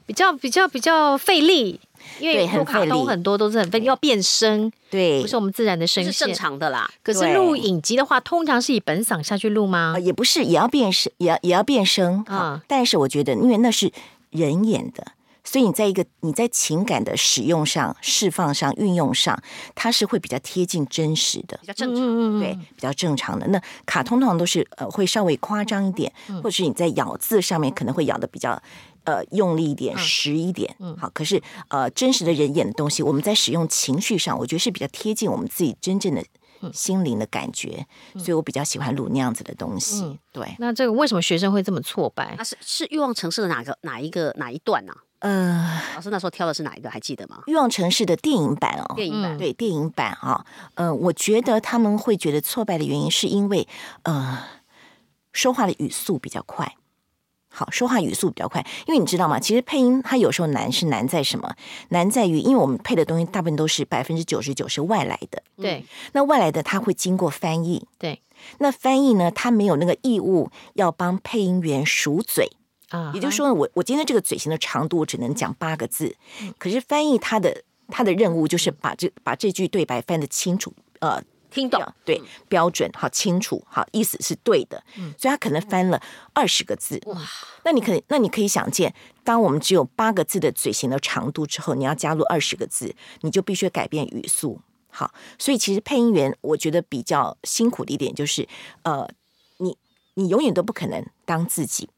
S2: 比较比较比较费力，因为
S3: 对
S2: 录
S3: 很
S2: 卡
S3: 费
S2: 通
S3: 力
S2: 很多都是很费力，要变声，
S3: 对
S2: 不是我们自然的声
S1: 这是
S2: 线
S1: 正。常的啦，
S2: 可是
S3: 对
S2: 录影集的话，通常是以本嗓下去录吗
S3: 啊，？也不是，也要变声，也要也要变声啊。
S2: 嗯
S3: 但是我觉得，因为那是人演的，所以你在一个你在情感的使用上、释放上、运用上，它是会比较贴近真实的
S1: 比。较
S2: 嗯
S1: 正常。
S2: 嗯嗯，
S3: 对，比较正常的。那卡通通常都是呃会稍微夸张一点，
S2: 嗯
S3: 或者是你在咬字上面可能会咬的比较呃用力一
S2: 嗯
S3: 点、实一点。好，可是呃真实的人演的东西，我们在使用情绪上，我觉得是比较贴近我们自己真正的
S2: 嗯
S3: 心灵的感觉，所以我比较喜欢录那样子的东西。
S2: 嗯
S3: 对，
S2: 那这个为什么学生会这么挫败
S3: 啊
S1: 那？是是欲望城市的哪个哪一个哪一段呢、
S3: 呃，
S1: 啊？老师那时候挑的是哪一段？还记得吗？
S3: 欲望城市的电影版哦，
S1: 电影版。
S3: 对电影版啊，呃，我觉得他们会觉得挫败的原因是因为，呃，说话的语速比较快。好，说话语速比较快，因为你知道吗？其实配音它有时候难是难在什么？难在于，因为我们配的东西大部分都是百分之九十九是外来的，
S2: 对
S3: 那外来的它会经过翻译，
S2: 对
S3: 那翻译呢，它没有那个义务要帮配音员数嘴，
S2: 啊，
S3: 也就是说呢，我我今天这个嘴型的长度，我只能讲八个字，可是翻译它的它的任务就是把这把这句对白翻得清楚，呃，
S1: 听懂，
S3: 对，标准好清楚好，意思是对的，所以他可能翻了二十个字。哇，那你可那你可以想见，当我们只有八个字的嘴型的长度之后，你要加入二十个字，你就必须改变语速。好，所以其实配音员我觉得比较辛苦的一点就是，呃，你你永远都不可能当自己。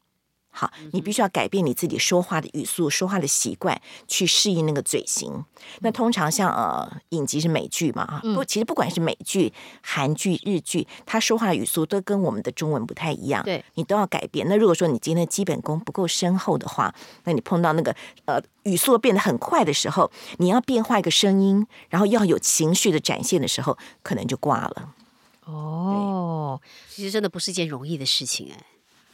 S3: 好，
S2: 嗯
S3: 你必须要改变你自己说话的语速、说话的习惯，去适应那个嘴型。
S2: 嗯
S3: 那通常像呃影集是美剧嘛，啊不，其实不管是美剧、韩剧、日剧，他说话的语速都跟我们的中文不太一样，
S2: 对，
S3: 你都要改变。那如果说你今天的基本功不够深厚的话，那你碰到那个呃语速变得很快的时候，你要变化一个声音，然后要有情绪的展现的时候，可能就挂了。
S2: 哦，
S1: 其实真的不是一件容易的事情哎、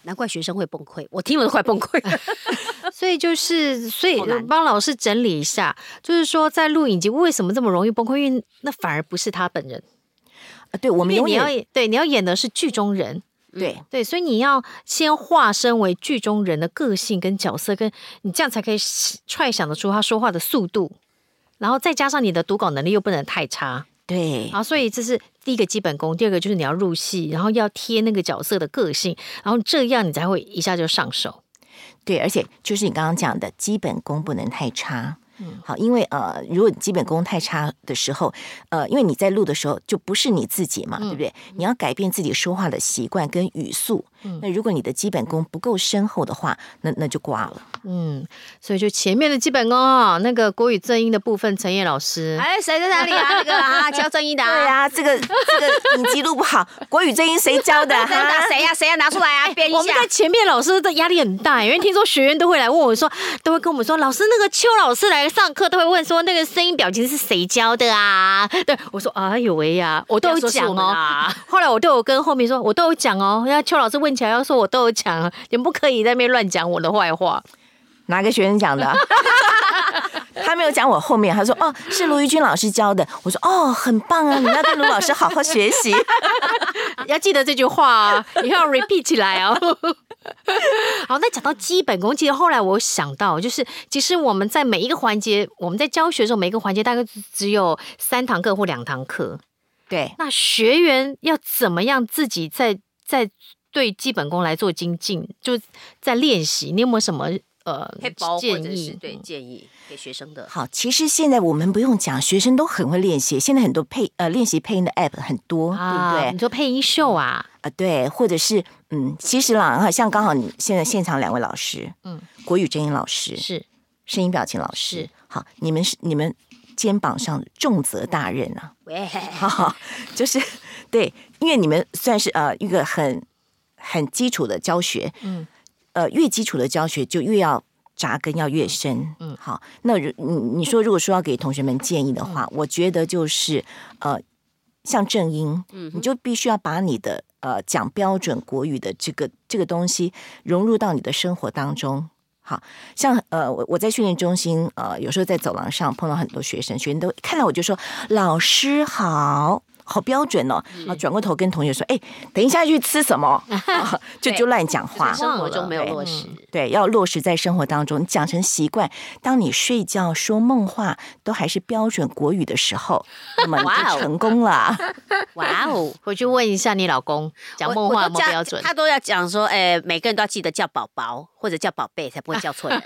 S1: 难怪学生会崩溃，我听我都快崩溃了。
S2: 所以就是，所以
S1: 好难
S2: 帮老师整理一下，就是说在录影集为什么这么容易崩溃？因为那反而不是他本人，
S3: 呃，对，我们
S2: 因为
S3: 永
S2: 你嗯要
S3: 远
S2: 对你要演的是剧中人，
S3: 对。
S2: 对，所以你要先化身为剧中人的个性跟角色，跟你这样才可以揣想得出他说话的速度，然后再加上你的读稿能力又不能太差，
S3: 对
S2: 然后所以这是第一个基本功，第二个就是你要入戏，然后要贴那个角色的个性，然后这样你才会一下就上手。
S3: 对，而且就是你刚刚讲的，基本功不能太差。
S1: 嗯
S3: 好，因为呃，如果你基本功太差的时候，呃，因为你在录的时候就不是你自己嘛，
S1: 嗯
S3: 对不对？你要改变自己说话的习惯跟语速。
S1: 嗯
S3: 那如果你的基本功不够深厚的话，那那就挂了。
S2: 嗯，所以就前面的基本功啊、那个国语正音的部分，陈烨老 师，
S1: 哎，谁在哪里啊？那个啊，教正义的、
S3: 对
S1: 啊。
S3: 啊， 这个 这个影集录不好，国语正音谁教的？
S1: 真的
S3: 哈
S1: 啊 谁呀、谁呀、拿出来啊，编一
S2: 我们
S1: 下
S2: 在。前面老师的压力很大，因为听说学员都会来问我说，都会跟我们说，老师那个邱老师来上课都会问说那个声音表情是谁教的啊？ 对我说，哎呦喂呀、我都有讲
S1: 不要说是我们
S2: 哦。
S1: 啊
S2: 后来我都有跟后面说，我都有讲哦。要邱老师问起来要说我都有讲哦，你们不可以在那边乱讲我的坏话。
S3: 哪个学生讲的 啊？他没有讲我后面，他说哦是卢玉君老师教的。我说哦很棒啊，你们要跟卢老师好好学习。
S2: 要记得这句话啊， 以后要 repeat 起来哦。 好，那讲到基本功，其实后来我想到，就是其实我们在每一个环节，我们在教学的时候，每一个环节大概只有三堂课或两堂课。
S3: 对，
S2: 那学员要怎么样自己在在对基本功来做精进，就在练习？你有没有什么呃
S1: 黑包或
S2: 建
S1: 者是
S2: 议？
S1: 对建议嗯给学生 的，
S3: 好，其实现在我们不用讲，学生都很会练习。现在很多配呃练习配音的 app 很多，
S2: 啊，
S3: 对不
S2: 你
S3: 对？
S2: 说配音秀啊，
S3: 啊、对，或者是嗯，其实啦，好像刚好你现在现场两位老师，
S2: 嗯
S3: 嗯，国语真音老师、
S2: 是
S3: 声音表情老
S2: 是
S3: 师，好，你们是你们肩膀上重责大任啊，
S1: 喂，
S3: 哈哈，就是对，因为你们算是呃一个很很基础的教学，
S2: 嗯
S3: 嗯，呃，越基础的教学就越要扎根，要越深，嗯，好，那如你你说如果说要给同学们建议的话，我觉得就是呃，像正音，你就必须要把你的呃讲标准国语的这个这个东西融入到你的生活当中。好像呃，我我在训练中心呃，有时候在走廊上碰到很多学生，学生都看到我就说老师好。好标准哦！啊，转过头跟同学说：“哎，等一下去吃什么？”啊就就乱讲话
S1: 在。生活中没有落实，
S3: 对，要落实在生活当中，你讲成习惯。当你睡觉说梦话都还是标准国语的时候，那么你
S1: 哇哦
S3: 就成功了。
S1: 哇哦！
S2: 回去问一下你老公讲梦话
S1: 我
S2: 有
S1: 我
S2: 没
S1: 都
S2: 有
S1: 叫
S2: 标准？
S1: 他都要讲说，哎、每个人都要记得叫宝宝或者叫宝贝，才不会叫错人。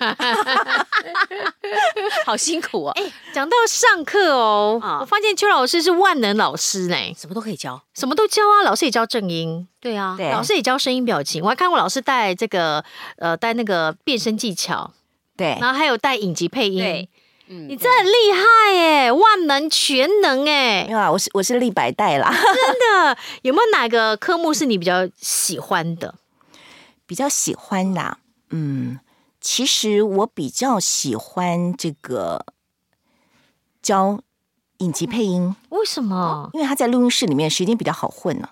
S1: 好辛苦哦，哎、
S2: 讲到上课哦，
S1: 啊
S2: 我发现邱老师是万能老师呢，
S1: 什么都可以教。
S2: 什么都教啊，老师也教正音，
S1: 对啊，
S3: 对
S2: 老师也教声音表情，我还看过老师带这个呃带那个变声技巧，
S3: 对
S2: 然后还有带影集配音
S1: 对。
S2: 嗯你真的很厉害耶，万能全能
S3: 没
S2: 哎！
S3: 有啊，我是我是立白带啦。
S2: 有没有哪个科目是你比较喜欢的？
S3: 比较喜欢的啊，嗯，其实我比较喜欢这个教影集配音，
S2: 为什么？
S3: 因为他在录音室里面时间比较好混呢、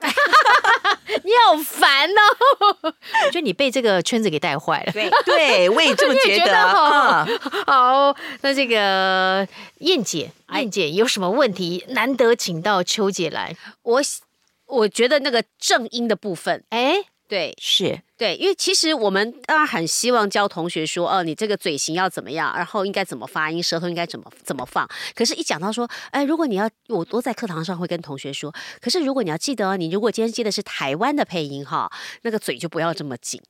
S2: 你好烦哦！
S1: 我觉得你被这个圈子给带坏了。
S3: 对对，我也这么
S2: 我也
S3: 觉
S2: 觉
S3: 得
S2: 得
S3: 啊。嗯
S2: 好，那这个燕姐，燕姐有什么问题？难得请到秋姐来，
S1: 我我觉得那个正音的部分，
S2: 哎，
S1: 对
S3: 是，
S1: 对，因为其实我们当然很希望教同学说，哦，你这个嘴型要怎么样，然后应该怎么发音，舌头应该怎么怎么放。可是，一讲到说，哎，如果你要我我在课堂上会跟同学说，可是如果你要记得哦，你如果今天接的是台湾的配音哈，那个嘴就不要这么紧，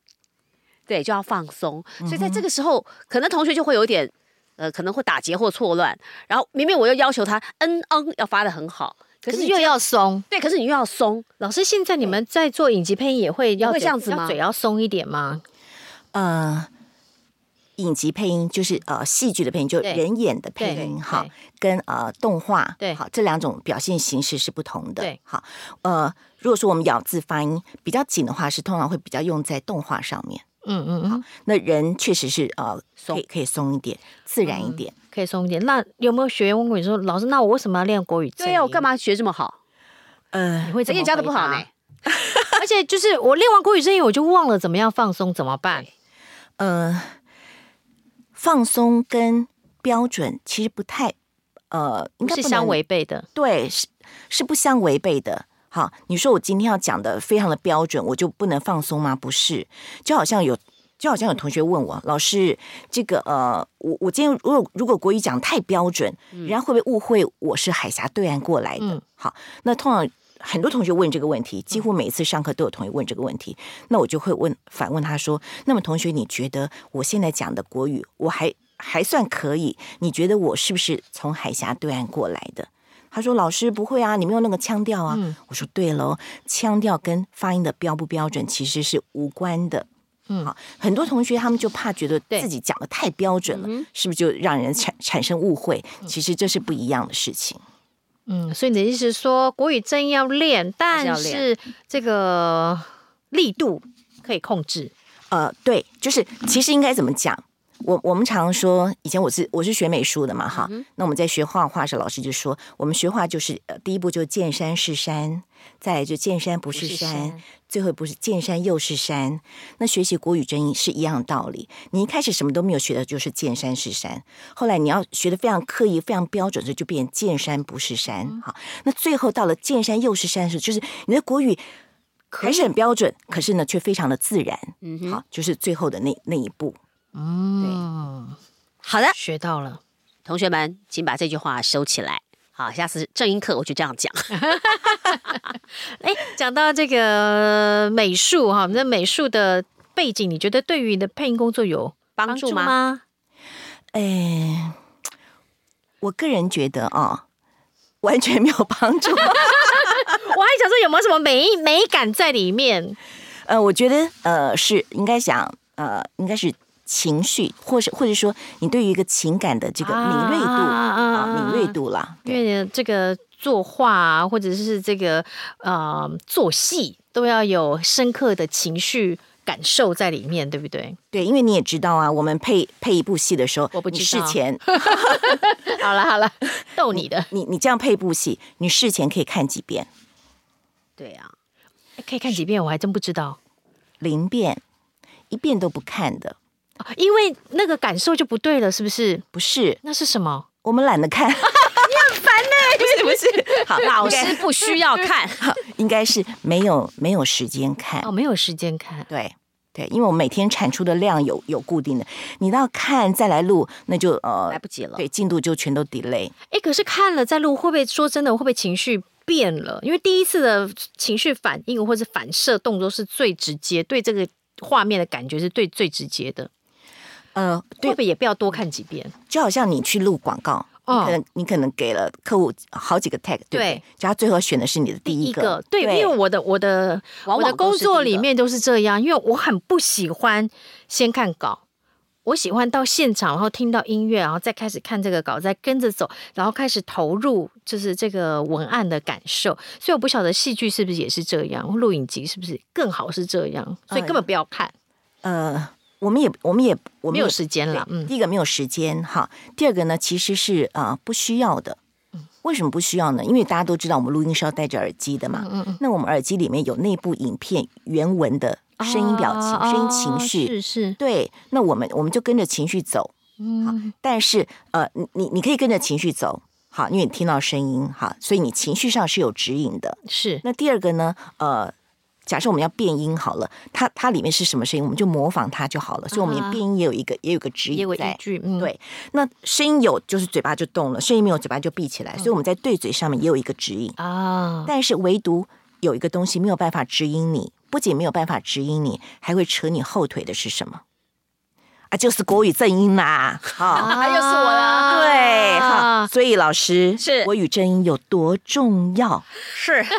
S1: 对，就要放松。所以在这个时候，可能同学就会有点。呃，可能会打结或错乱，然后明明我又要求他嗯嗯要发的很好，可
S2: 可
S1: 是
S2: 是
S1: 你
S2: 又要松。
S1: 对，可是你又要松，
S2: 老师，现在你们在做影集配音也会要
S1: 会
S2: 嘴
S1: 这样子
S2: 要
S1: 吗
S2: 嘴要松一点吗？
S3: 呃，影集配音就是呃戏剧的配音，就
S2: 对
S3: 人演的配
S2: 对
S3: 音
S2: 对
S3: 哈
S2: 对，
S3: 跟呃动画
S2: 对
S3: 好这两种表现形式是不同的。
S2: 对，
S3: 好，呃，如果说我们咬字发音比较紧的话，是通常会比较用在动画上面。
S2: 嗯嗯嗯，
S3: 那人确实是呃
S1: 松
S3: 可以可以松一点，自然一点。
S2: 可以松一点。那有没有学员问过你说，老师，那我为什么要练国语？
S1: 对呀、我干？嘛学这么好？
S3: 呃，
S2: 你会
S1: 而
S2: 怎
S1: 且
S2: 么
S1: 教的不好
S2: 回答
S1: 呢？。
S2: 而且就是我练完国语声音，我就忘了怎么样放松，怎么办？
S3: 呃，放松跟标准其实不太呃，应该
S2: 是
S3: 不
S2: 相
S3: 能
S2: 违背的。
S3: 对，是是不相违背的。好，你说我今天要讲的非常的标准，我就不能放松吗？不是，就好像有。就好像有同学问我，老师，这个呃，我我今天如果如果国语讲太标准，人家会不会误会我是海峡对岸过来的？
S2: 嗯
S3: 好，那通常很多同学问这个问题，几乎每一次上课都有同学问这个问题，那我就会问反问他说，那么同学，你觉得我现在讲的国语，我还还算可以？你觉得我是不是从海峡对岸过来的？他说：“老师不会啊，你没有那个腔调啊。
S2: 嗯
S3: 我说：“对喽，腔调跟发音的标不标准其实是无关的。”
S2: 嗯
S3: 好，很多同学他们就怕觉得
S2: 对嗯
S3: 自己讲的太标准了，是不是就让人产产生误会？其实这是不一样的事情。
S2: 嗯，所以你的意思是说，国语真要练，
S1: 是
S2: 但
S1: 要
S2: 是这个力度可以控制。
S3: 呃，对，就是其实应该怎么讲？我我们常说，以前我是我是学美术的嘛，哈，
S1: 嗯
S3: 那我们在学画画的时，候，老师就说，我们学画就是呃，第一步就是见山是山，再来就见山不是
S1: 不是
S3: 山，
S1: 山
S3: 最后不是见山又是山。那学习国语真音是一样的道理，你一开始什么都没有学的，就是见山是山，后来你要学的非常刻意、非常标准，所以就变见山不是
S1: 嗯
S3: 山，好，那最后到了见山又是山的时候，就是你的国语。还是很标准，可是呢，却非常的自然。
S1: 嗯哼，
S3: 好，就是最后的那那一步。
S2: 嗯，
S1: 好的，
S2: 学到了。
S1: 同学们，请把这句话收起来。好，下次正音课我就这样 讲。
S2: 哎，讲到这个美术哈，那美术的背景，你觉得对于你的配音工作有
S1: 帮助吗
S2: 吗？
S3: 哎，我个人觉得啊、完全没有帮助。
S2: 我还想说有没有什么美美感在里面？
S3: 呃，我觉得呃是应该想呃应该是情绪，或是或者说你对于一个情感的这个敏锐度啊敏锐度啦。
S2: 因
S3: 对，
S2: 为这个作画啊，或者是这个呃做戏，都要有深刻的情绪感受在里面，对不对？
S3: 对，因为你也知道啊，我们配配一部戏的时候，
S2: 我不
S3: 你
S2: 知
S3: 事
S2: 道
S3: 前
S2: 好了好了，逗你的，
S3: 你你这样配一部戏，你事前可以看几遍，
S1: 对啊，
S2: 可以看几遍，我还真不知道，
S3: 零遍，一遍都不看的，
S2: 哦因为那个感受就不对了，是不是？
S3: 不是
S2: 那是什么？
S3: 我们懒得看。你很烦呢、不是不是，好，
S1: 老
S3: 应该
S1: 师不需要 看。
S3: 应该是没有没有时间看
S2: 哦，，没有时间看。
S3: 对对，因为我每天产出的量有有固定的，你到看再来录，那就呃
S1: 来不及了
S3: 对，进度就全都 delay。
S2: 哎，可是看了再录，会不会说真的，会不会情绪变了？因为第一次的情绪反应或者反射动作是最直接，对这个画面的感觉是最最直接的。
S3: 呃，
S2: 会
S3: 对
S2: 不，会也不要多看几遍？
S3: 就好像你去录广告，你
S2: 哦
S3: 可能你可能给了客户好几个 tag，对不对
S2: 对
S3: 就他最后选的是你的第
S2: 一
S3: 一
S2: 个
S3: 个，
S2: 对，因为我的我的
S1: 往
S2: 我
S1: 往
S2: 的工
S1: 都是
S2: 作
S1: 第一
S2: 里
S1: 个
S2: 面都是这样，因为我很不喜欢先看稿，我喜欢到现场，然后听到音乐，然后再开始看这个稿，再跟着走，然后开始投入就是这个文案的感受。所以我不晓得戏剧是不是也是这样，或录影集是不是更好是这样，所以
S3: 哎
S2: 根本不要看，
S3: 呃，我们也我们也我们
S2: 没有
S3: 也
S2: 时间了
S3: 对，
S2: 嗯。嗯
S3: 第一个没有时间哈，第二个呢其实是啊、呃不需要的。为什么不需要呢？因为大家都知道我们录音是要戴着耳机的嘛。
S2: 嗯嗯，
S3: 那我们耳机里面有内部影片原文的声音表情、
S2: 啊
S3: 声音情绪，
S2: 是是，
S3: 对，那我们我们就跟着情绪走，
S2: 嗯，
S3: 但是呃，你你你可以跟着情绪走，好，因为你听到声音哈，所以你情绪上是有指引的。
S2: 是
S3: 那第二个呢，呃，假设我们要变音好了，它它里面是什么声音，我们就模仿它就好了。所以我们
S2: 啊
S3: 变音也有一个也有个指
S2: 也有
S3: 引
S2: 依
S3: 在。
S2: 据，嗯，
S3: 对，那声音有就是嘴巴就动了，声音没有嘴巴就闭
S2: 嗯
S3: 起来，所以我们在对嘴上面也有一个指引。
S2: 啊，
S3: 但是唯独有一个东西没有办法指引你，不仅没有办法指引你，还会扯你后腿的是什么？啊，就是国语正音啦，哈、
S1: 啊又是我啦
S3: 对哈，，所以老师
S1: 是
S3: 国语正音有多重要？
S1: 是是，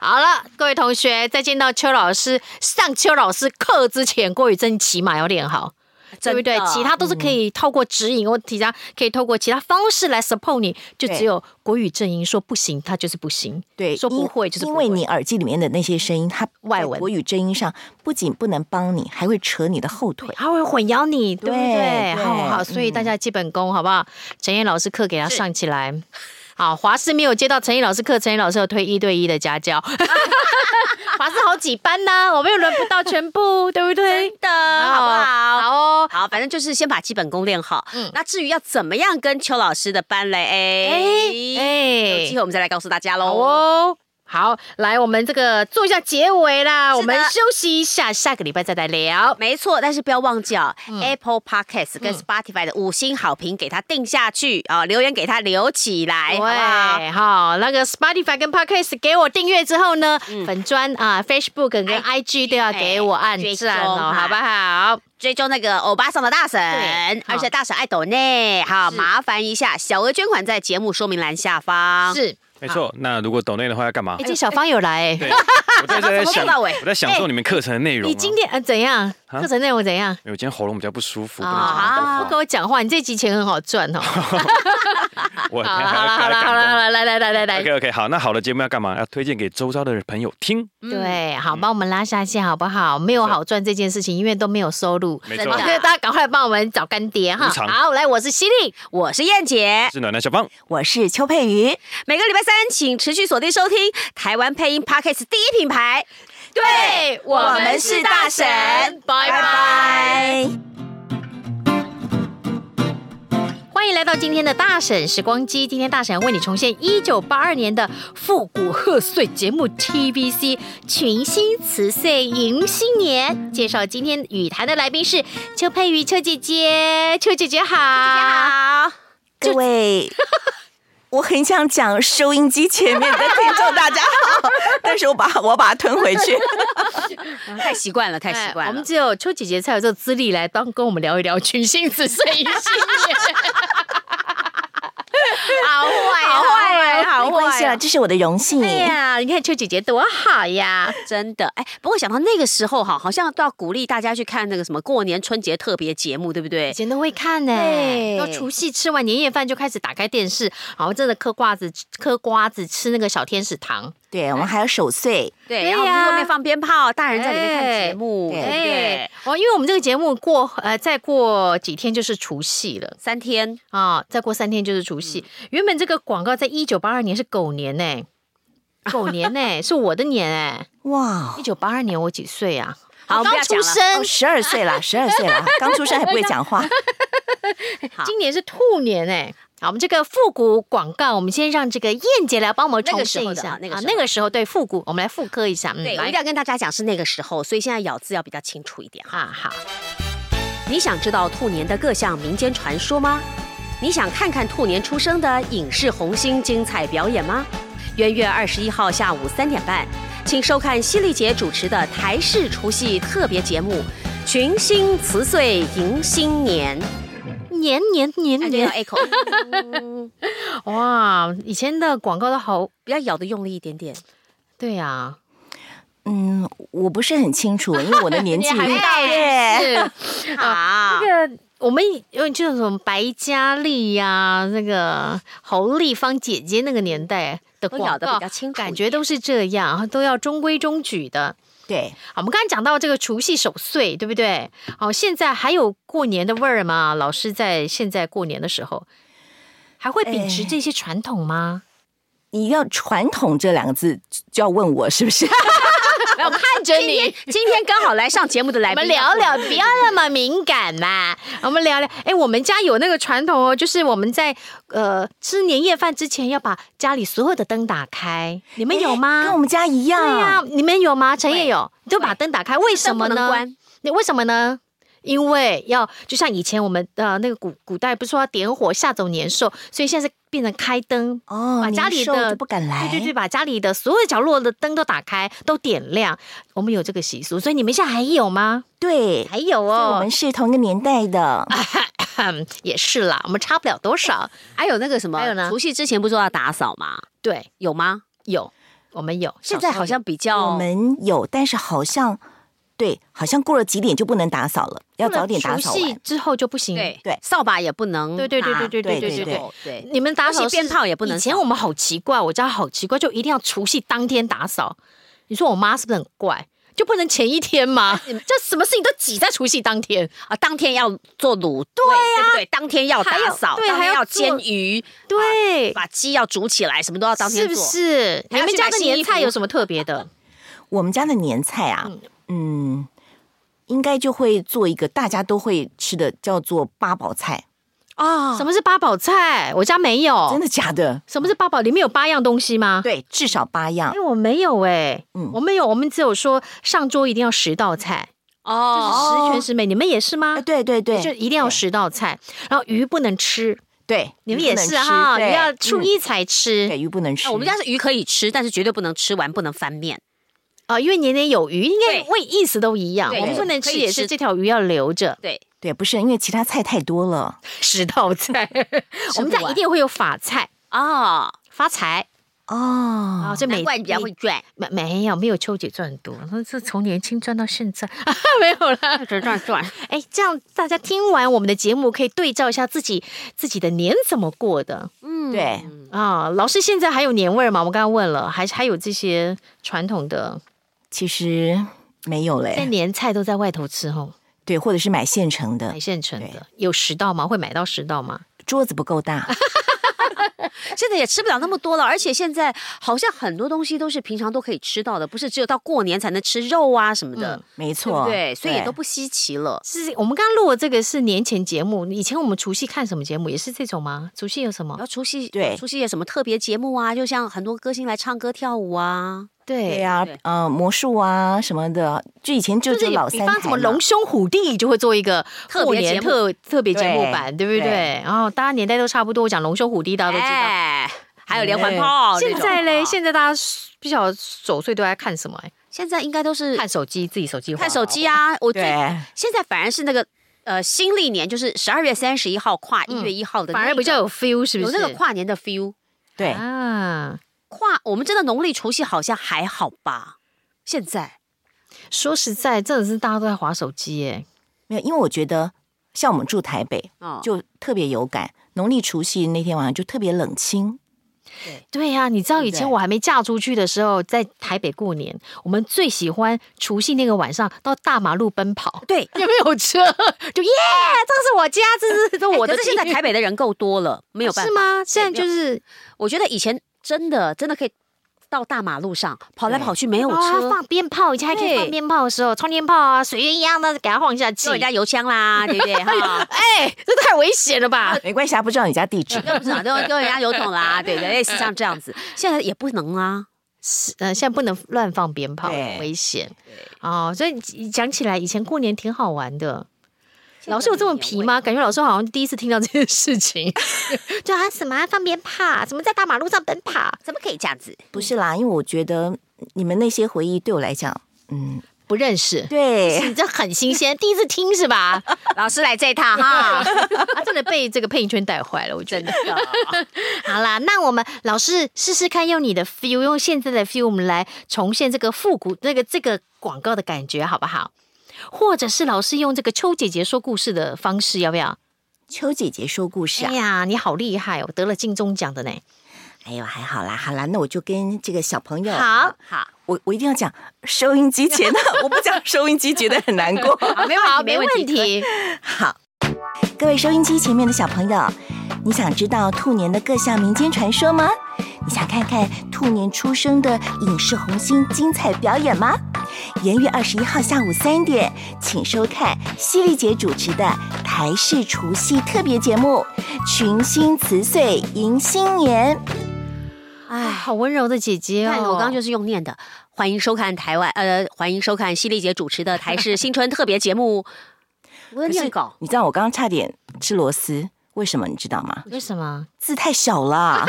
S2: 好了，各位同学，在见到邱老师上邱老师课之前，郭宇真起码要练好，对不对？
S1: 真的
S2: 其他都是可以透过指引或其他可以透过其他方式来 support 你，就
S3: 对
S2: 只有国语阵营说不行，他就是不行。
S3: 对，
S2: 说不
S3: 因
S2: 会就是不
S3: 因
S2: 会
S3: 为你耳机里面的那些声音，它
S2: 外
S3: 在
S2: 文
S3: 国语正音上不仅不能帮你，还会扯你的后腿。
S2: 他会混淆你，对不对？嗯
S3: 对对
S2: 好好好，所以大家基本功好不好？陈燕老师课给他上起来。好，华师没有接到陈燕老师课，陈燕老师有推一对一的家教。 华师好几班呢、我们又轮不到全部，对不对？
S1: 的好不好？
S2: 好哦，
S1: 好，反正就是先把基本功练好。
S2: 嗯
S1: 那至于要怎么样跟邱老师的班嘞？哎、有机
S2: 哎，
S1: 会我们再来告诉大家
S2: 好
S1: 喽。
S2: 哦。好，来，我们这个做一下结尾啦，
S1: 是的
S2: 我们休息一下，下个礼拜再来聊。
S1: 没错，但是不要忘记啊、Apple
S2: 嗯
S1: Podcast 跟 Spotify 的五星好评给它定下去啊、留言给它留起来，好不好？
S2: 对，好，那个 Spotify 跟 Podcast 给我订阅之后呢，
S1: 嗯
S2: 粉砖啊、Facebook 跟 IG 都要给我按
S1: 哎追
S2: 赞
S1: 踪
S2: 哦，
S1: 嘛
S2: 好不好？
S1: 追踪那个欧巴桑的大婶
S2: 对，好
S1: 而且大婶爱抖内，好
S2: 是
S1: 麻烦一下，小额捐款在节目说明栏下方。
S2: 是，
S5: 没错，那如果抖内的话要干嘛
S2: 哎，？这小芳有来，
S5: 对
S2: 哎，
S5: 我在在
S1: 从头
S5: 享
S1: 到尾
S5: 我在享受你们课程的内容
S2: 你
S5: 啊。
S2: 今天呃怎样？
S5: 啊
S2: 课程内容怎样？
S5: 因为我今天喉咙比较不舒服，不能讲太
S2: 啊，
S5: 多
S2: 不
S5: 话
S2: 跟我讲话，你这集钱很好赚哦。
S5: 我
S2: 好了好了好了好了，好了来来来来来
S5: OK，OK，好，那好的节目要干嘛？要推荐给周遭的朋友听，
S1: 嗯
S2: 对，好，
S5: 嗯
S2: 帮我们拉下线好不好？没有好赚这件事情，因为都没有收入。
S5: 没
S1: 真
S5: 错
S1: 的，
S2: 所以大家赶快帮我们找干爹哈！
S5: 无偿
S2: 好，来，我是犀利，
S1: 我是燕姐，
S5: 是暖男小芳，
S3: 我是邱佩瑜，
S1: 每个礼拜三请持续锁定收听台湾配音 Podcast 第一品牌。
S2: 对我
S1: 们是大神
S2: 拜拜。
S3: 拜。
S2: 欢迎来到今天的大婶时光机。今天大婶要为你重现一九八二年的复古贺岁节目 TVC 群星辞岁迎新年。介绍今天语坛的来宾是邱佩瑜邱姐姐，邱姐姐好，
S1: 好，
S3: 各位， 我很想讲收音机前面的听众大家好，但是我把我把它吞回 去。
S1: 太习惯了，太习惯了。
S2: 哎我们只有邱姐姐才有这个资历来当跟我们聊一聊群星辞岁迎新年。 好坏啊
S1: 好坏好
S3: 没关系啦，这是我的荣幸。
S2: 哎呀，你看邱姐姐多好呀！
S1: 真的，哎，不过想到那个时候哈，好像都要鼓励大家去看那个什么过年春节特别节目，对不对
S2: 以？前都哎会看呢、
S1: 对
S2: 到除夕吃完年夜饭就开始打开电视，然后真的嗑瓜子，嗑瓜子吃那个小天使糖。
S3: 对，我们还有守岁，
S1: 对，
S2: 对
S1: 然后我们
S2: 呀
S1: 后面放鞭炮，大人在里面看节目，对
S3: 哎
S1: 不
S2: 哎
S1: 对？
S2: 哦，因为我们这个节目过呃，再过几天就是除夕了
S1: 三天，
S2: 啊、再过三天就是除夕。
S1: 嗯
S2: 原本这个广告在一九八二年是狗年呢、狗年呢、是我的年哎、
S3: 哇哦
S2: 一，九八二年我几岁啊？
S1: 好
S2: 我
S1: 不
S2: 刚
S1: 要讲
S2: 出
S1: 了
S2: 生，
S3: 十二岁啦，十二岁 啦，刚出生还不会讲话。
S1: 好
S2: 今年是兔年哎、好，我们这个复古广告，我们先让这个燕姐来帮我们重现一下。
S1: 那个时候的啊那个时候
S2: 啊那个时候对复古，我们来复刻一下。嗯，
S1: 对，我一
S2: 来
S1: 定要跟大家讲是那个时候，所以现在咬字要比较清楚一点哈。
S2: 啊好，
S1: 你想知道兔年的各项民间传说吗？你想看看兔年出生的影视红星精彩表演吗？元月二十一号下午三点半，请收看犀利姐主持的台视除夕特别节目《群星辞岁迎新年》。
S2: 年年年
S1: 哎，对
S2: 年，
S1: ，echo，嗯
S2: 哇，以前的广告都好，
S1: 比较咬的用力一点点。
S2: 对啊，
S3: 嗯，我不是很清楚，因为我的年 纪
S2: 你还不到
S3: 对
S2: 是
S1: 好
S2: 那哦个我们有就是什么白嘉丽呀、那个侯丽芳姐姐那个年代的
S1: 都
S2: 广告，
S1: 咬得比较清楚一
S2: 感觉都是这样，都要中规中矩的。
S3: 对，
S2: 好我们刚才讲到这个除夕守岁，对不对？哦，现在还有过年的味儿吗？老师在现在过年的时候，还会秉持
S3: 哎
S2: 这些传统吗？
S3: 你要传统这两个字，就要问我是不是？
S1: 没有看着你。今天刚好来上节目的来
S2: 我
S1: 宾，
S2: 们聊聊，不要那么敏感嘛。我们聊聊，哎，我们家有那个传统哦，就是我们在呃吃年夜饭之前要把家里所有的灯打开。你们有吗？
S3: 哎 跟我们家一样。
S2: 啊对呀、你们有吗？陈也有，你就把灯打开，为什么
S1: 灯不能
S2: 呢？
S1: 关？
S2: 你为什么呢？因为要就像以前我们呃那个古古代不是说要点火吓走年兽，所以现在是变成开灯。
S3: 哦，
S2: 把家里
S3: 年兽
S2: 的
S3: 就不敢来，
S2: 对对对，把家里的所有角落的灯都打开，都点亮。我们有这个习俗，所以你们现在还有吗？
S3: 对
S2: 还有
S3: 所以我
S2: 哦嗯
S3: 们，是同一个年代的。
S2: 也是啦，我们差不了多少。
S1: 还有那个什么，
S2: 还有呢
S1: 除夕之前不是说要打扫吗？
S2: 对，
S1: 有吗？
S2: 有，我们有。
S1: 现
S2: 小
S1: 在
S2: 时候
S1: 好像比
S3: 我
S2: 哦
S1: 较
S3: 们有，但是好像对，好像过了几点就不能打扫了，要
S2: 有
S3: 早点打扫
S2: 除夕
S3: 完。
S2: 之后就不行。
S1: 对
S3: 对
S1: 扫把也不能
S2: 对对对
S1: 拿
S2: 对对对
S3: 对
S2: 对
S3: 对
S2: 对。
S1: 对，
S2: 你们打扫
S1: 而且鞭炮也不能
S2: 以前
S1: 扫
S2: 我们好奇怪，我家好奇怪，就一定要除夕当天打扫。你说我妈是不是很怪？就不能前一天 吗？就什么事情都挤在除夕当天，
S1: 啊，当天要做卤对呀、对不对？当天要
S2: 还
S1: 打
S2: 有
S1: 扫，
S2: 对
S1: 当
S2: 还
S1: 天
S2: 要
S1: 要
S2: 做
S1: 煎鱼，
S2: 对，
S1: 把鸡要煮起来，什么都要当天
S2: 是
S1: 做。
S2: 不是？
S1: 还
S2: 你
S1: 要
S2: 们
S1: 去
S2: 家
S1: 买
S2: 的
S1: 新
S2: 年
S1: 衣
S2: 菜
S1: 服
S2: 有什么特别的？
S3: 我们家的年菜啊，嗯，应该就会做一个大家都会吃的，叫做八宝菜。
S1: 啊？
S2: 什么是八宝菜？我家没
S3: 真
S2: 有。
S3: 的假的？
S2: 什么是八宝？里面有八样东西吗？
S3: 对，至少八样
S2: 哎，。我没有哎、
S3: 嗯
S2: 我没有，我们只有说上桌一定要十道菜，
S1: 哦，
S2: 十全十美。你们也是吗
S3: 啊，？对对对，
S2: 就一定要十道菜，然后鱼不能吃，
S3: 对，
S2: 你们
S3: 鱼不
S2: 也
S3: 能
S2: 是
S3: 吃
S2: 哈，
S3: 对
S2: 鱼要初
S3: 嗯
S2: 一才吃
S3: 对鱼不能
S2: 哦
S3: 吃。
S1: 那我们家是鱼可以吃，但是绝对不能吃完，不能翻面。
S2: 啊、因为年年有余，应该
S1: 对
S2: 味意思都一样。
S1: 对
S2: 我们
S1: 对
S2: 不能吃
S1: 可以
S2: 也是
S1: 吃
S2: 这条鱼要留着
S1: 对，
S3: 对不是因为其他菜太多了
S2: 十 道菜，我们
S1: 吃
S2: 家
S1: 不完
S2: 一定会有法菜
S1: 哦，
S2: 发财啊，
S3: 哦。
S2: 这每
S1: 难怪你比较会赚，
S2: 没没有没有秋姐赚得多，说这从年轻赚到现在没有啦。
S1: 赚赚赚。
S2: 哎，这样大家听完我们的节目，可以对照一下自己自己的年怎么过的
S1: 嗯，
S3: 对，
S2: 啊。老师现在还有年味儿吗？我刚刚问了，还还有这些传统的，
S3: 其实没有
S2: 在
S3: 嘞，
S2: 年菜都在外头吃吼，
S3: 对，或者是买现成的
S2: 买，现成的，有十道吗？会买到十道吗？
S3: 桌子不 够大。
S1: 现在也吃不了那么多了，而且现在好像很多东西都是平常都可以吃到的，不是只有到过年才能吃肉啊什么的，
S2: 嗯
S3: 没
S1: 对
S3: 错，
S1: 不对？所以也都不稀奇了。
S2: 是我们刚刚录的这个是年前节目，以前我们除夕看什么节目也是这种吗？除夕有什
S1: 然
S2: 么？
S1: 后除夕
S3: 对
S1: 除夕有什么特别节目啊？就像很多歌星来唱歌跳舞啊，
S2: 对
S3: 对呀
S1: 对，
S3: 呃，魔术啊什么的，就以前就
S2: 就是
S3: 只有老
S2: 比
S3: 三
S2: 方
S3: 台
S2: 什么
S3: 嘛
S2: 龙兄虎弟就会做一个
S1: 特别
S2: 过年
S1: 节目
S2: 特特别节目版，对
S3: 对
S2: 不对
S3: 对？
S2: 然后、大家年代都差不多，我讲龙兄虎弟大家都知道。
S1: 哎，还有连环炮。
S2: 现在嘞，
S1: 现
S2: 现在大家不晓得守岁都在看什么、哎
S1: 现在应该都是
S2: 看手机，自己手机滑，
S1: 看手机啊。我最
S3: 对
S1: 现在反而是那个呃新历年，就是十二月三十一号跨一月一号的
S2: 滑，
S1: 那个、
S2: 反而比较有 feel，是不
S1: 有
S2: 是？
S1: 那个跨年的 feel。
S3: 对，
S2: 啊。
S1: 跨我们真的农历除夕好像还好吧？现在
S2: 说实在，真的是大家都在划手机欸耶、
S3: 没有，因为我觉得像我们住台北，
S1: 哦，
S3: 就特别有感。农历除夕那天晚上就特别冷清，
S2: 对呀、你知道以
S3: 对
S2: 前
S3: 不对
S2: 我还没嫁出去的时候，在台北过年，我们最喜欢除夕那个晚上到大马路 奔跑，
S1: 对，
S2: 有没有车？就耶，这是我家，这是哎这是我
S1: 我
S2: 的
S1: 的
S2: 地。
S1: 哎现在台北的人够多了，没有办
S2: 是
S1: 法。
S2: 吗？现在就是
S1: 我觉得以前真的真的可以到大马路上跑来跑去，没有
S2: 啊
S1: 车，
S2: 放鞭炮，以前还可以
S1: 对
S2: 放鞭炮的时候，冲天炮啊，水烟一样的给它晃一下气
S1: 丢。人家油枪啦，对不对？哈，
S2: 哎，这太危险 了吧？
S3: 没关系，啊他不知道你家地址。嗯
S1: 又不是啊丢丢人家油桶啦，对不对？类似像这样子，现在也不能啊。
S2: 是，呃，现在不能乱放鞭炮，
S3: 对
S2: 危险。哦，所以讲起来，以前过年挺好玩的。老师有这么皮吗？感觉老师好像第一次听到这件事 情。 就啊，什么啊放鞭炮啊，什么在大马路上奔跑，啊
S1: 怎么可以这样子？
S3: 不是啦，因为我觉得你们那些回忆对我来讲，嗯，
S2: 不认识。
S3: 对，
S2: 你这很新鲜，第一次听是吧？
S1: 老师来这一套 哈，
S2: 啊，真的被这个配音圈带坏了，我觉
S1: 真
S2: 得
S1: 的。。
S2: 好啦，那我们老师试试看，用你的 feel，用现在的 feel，我们来重现这个复古这个这个广告的感觉，好不好？或者是老师用这个邱姐姐说故事的方式，要不要？
S3: 邱姐姐说故事
S2: 哎
S3: 啊，
S2: 呀，你好厉害哦，得了金钟奖的呢。
S3: 哎呦，还好啦，好啦，那我就跟这个小朋友，
S2: 好，
S1: 好，
S3: 我我一定要讲收音机前的，我不讲收音机觉得很难过。
S1: 好，没问
S2: 好，
S1: 题，没
S2: 没
S1: 问
S2: 问
S1: 题。
S2: 题。
S3: 好，各位收音机前面的小朋友，你想知道兔年的各项民间传说吗？你想看看兔年出生的影视红星精彩表演吗？元月二十一号下午三点，请收看犀利姐主持的台视除夕特别节目《群星辞岁迎新年》。
S2: 哎，
S1: 哎，
S2: 好温柔的姐姐哦！
S1: 看我刚刚就是用念的。欢迎收看台湾，呃，欢迎收看犀利姐主持的台视新春特别节目。我在
S3: 可是
S1: 念稿，
S3: 你知道我刚刚差点吃螺丝，为什么你知道吗？
S2: 为什么？
S3: 字太小了。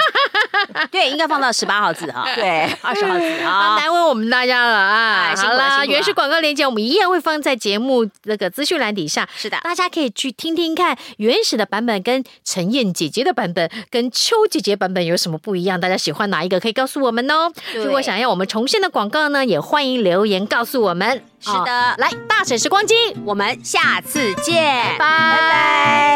S1: 对，应该放到十八号字哈，
S3: 对，
S1: 二十号字
S2: 啊，
S1: 啊。
S2: 难为我们大家了啊！
S1: 哎辛苦
S2: 好
S1: 了辛苦
S2: 啦，
S1: 了
S2: 原始广告链接我们一样会放在节目那个资讯栏底下，
S1: 是的，
S2: 大家可以去听听看原始的版本跟陈燕姐姐的版本跟邱姐姐版本有什么不一样，大家喜欢哪一个可以告诉我们哦。
S1: 对
S2: 如果想要我们重现的广告呢，也欢迎留言告诉我们。
S1: 是的
S2: 哦来大婶时光机，
S1: 我们下次见，
S2: 拜拜
S1: 拜。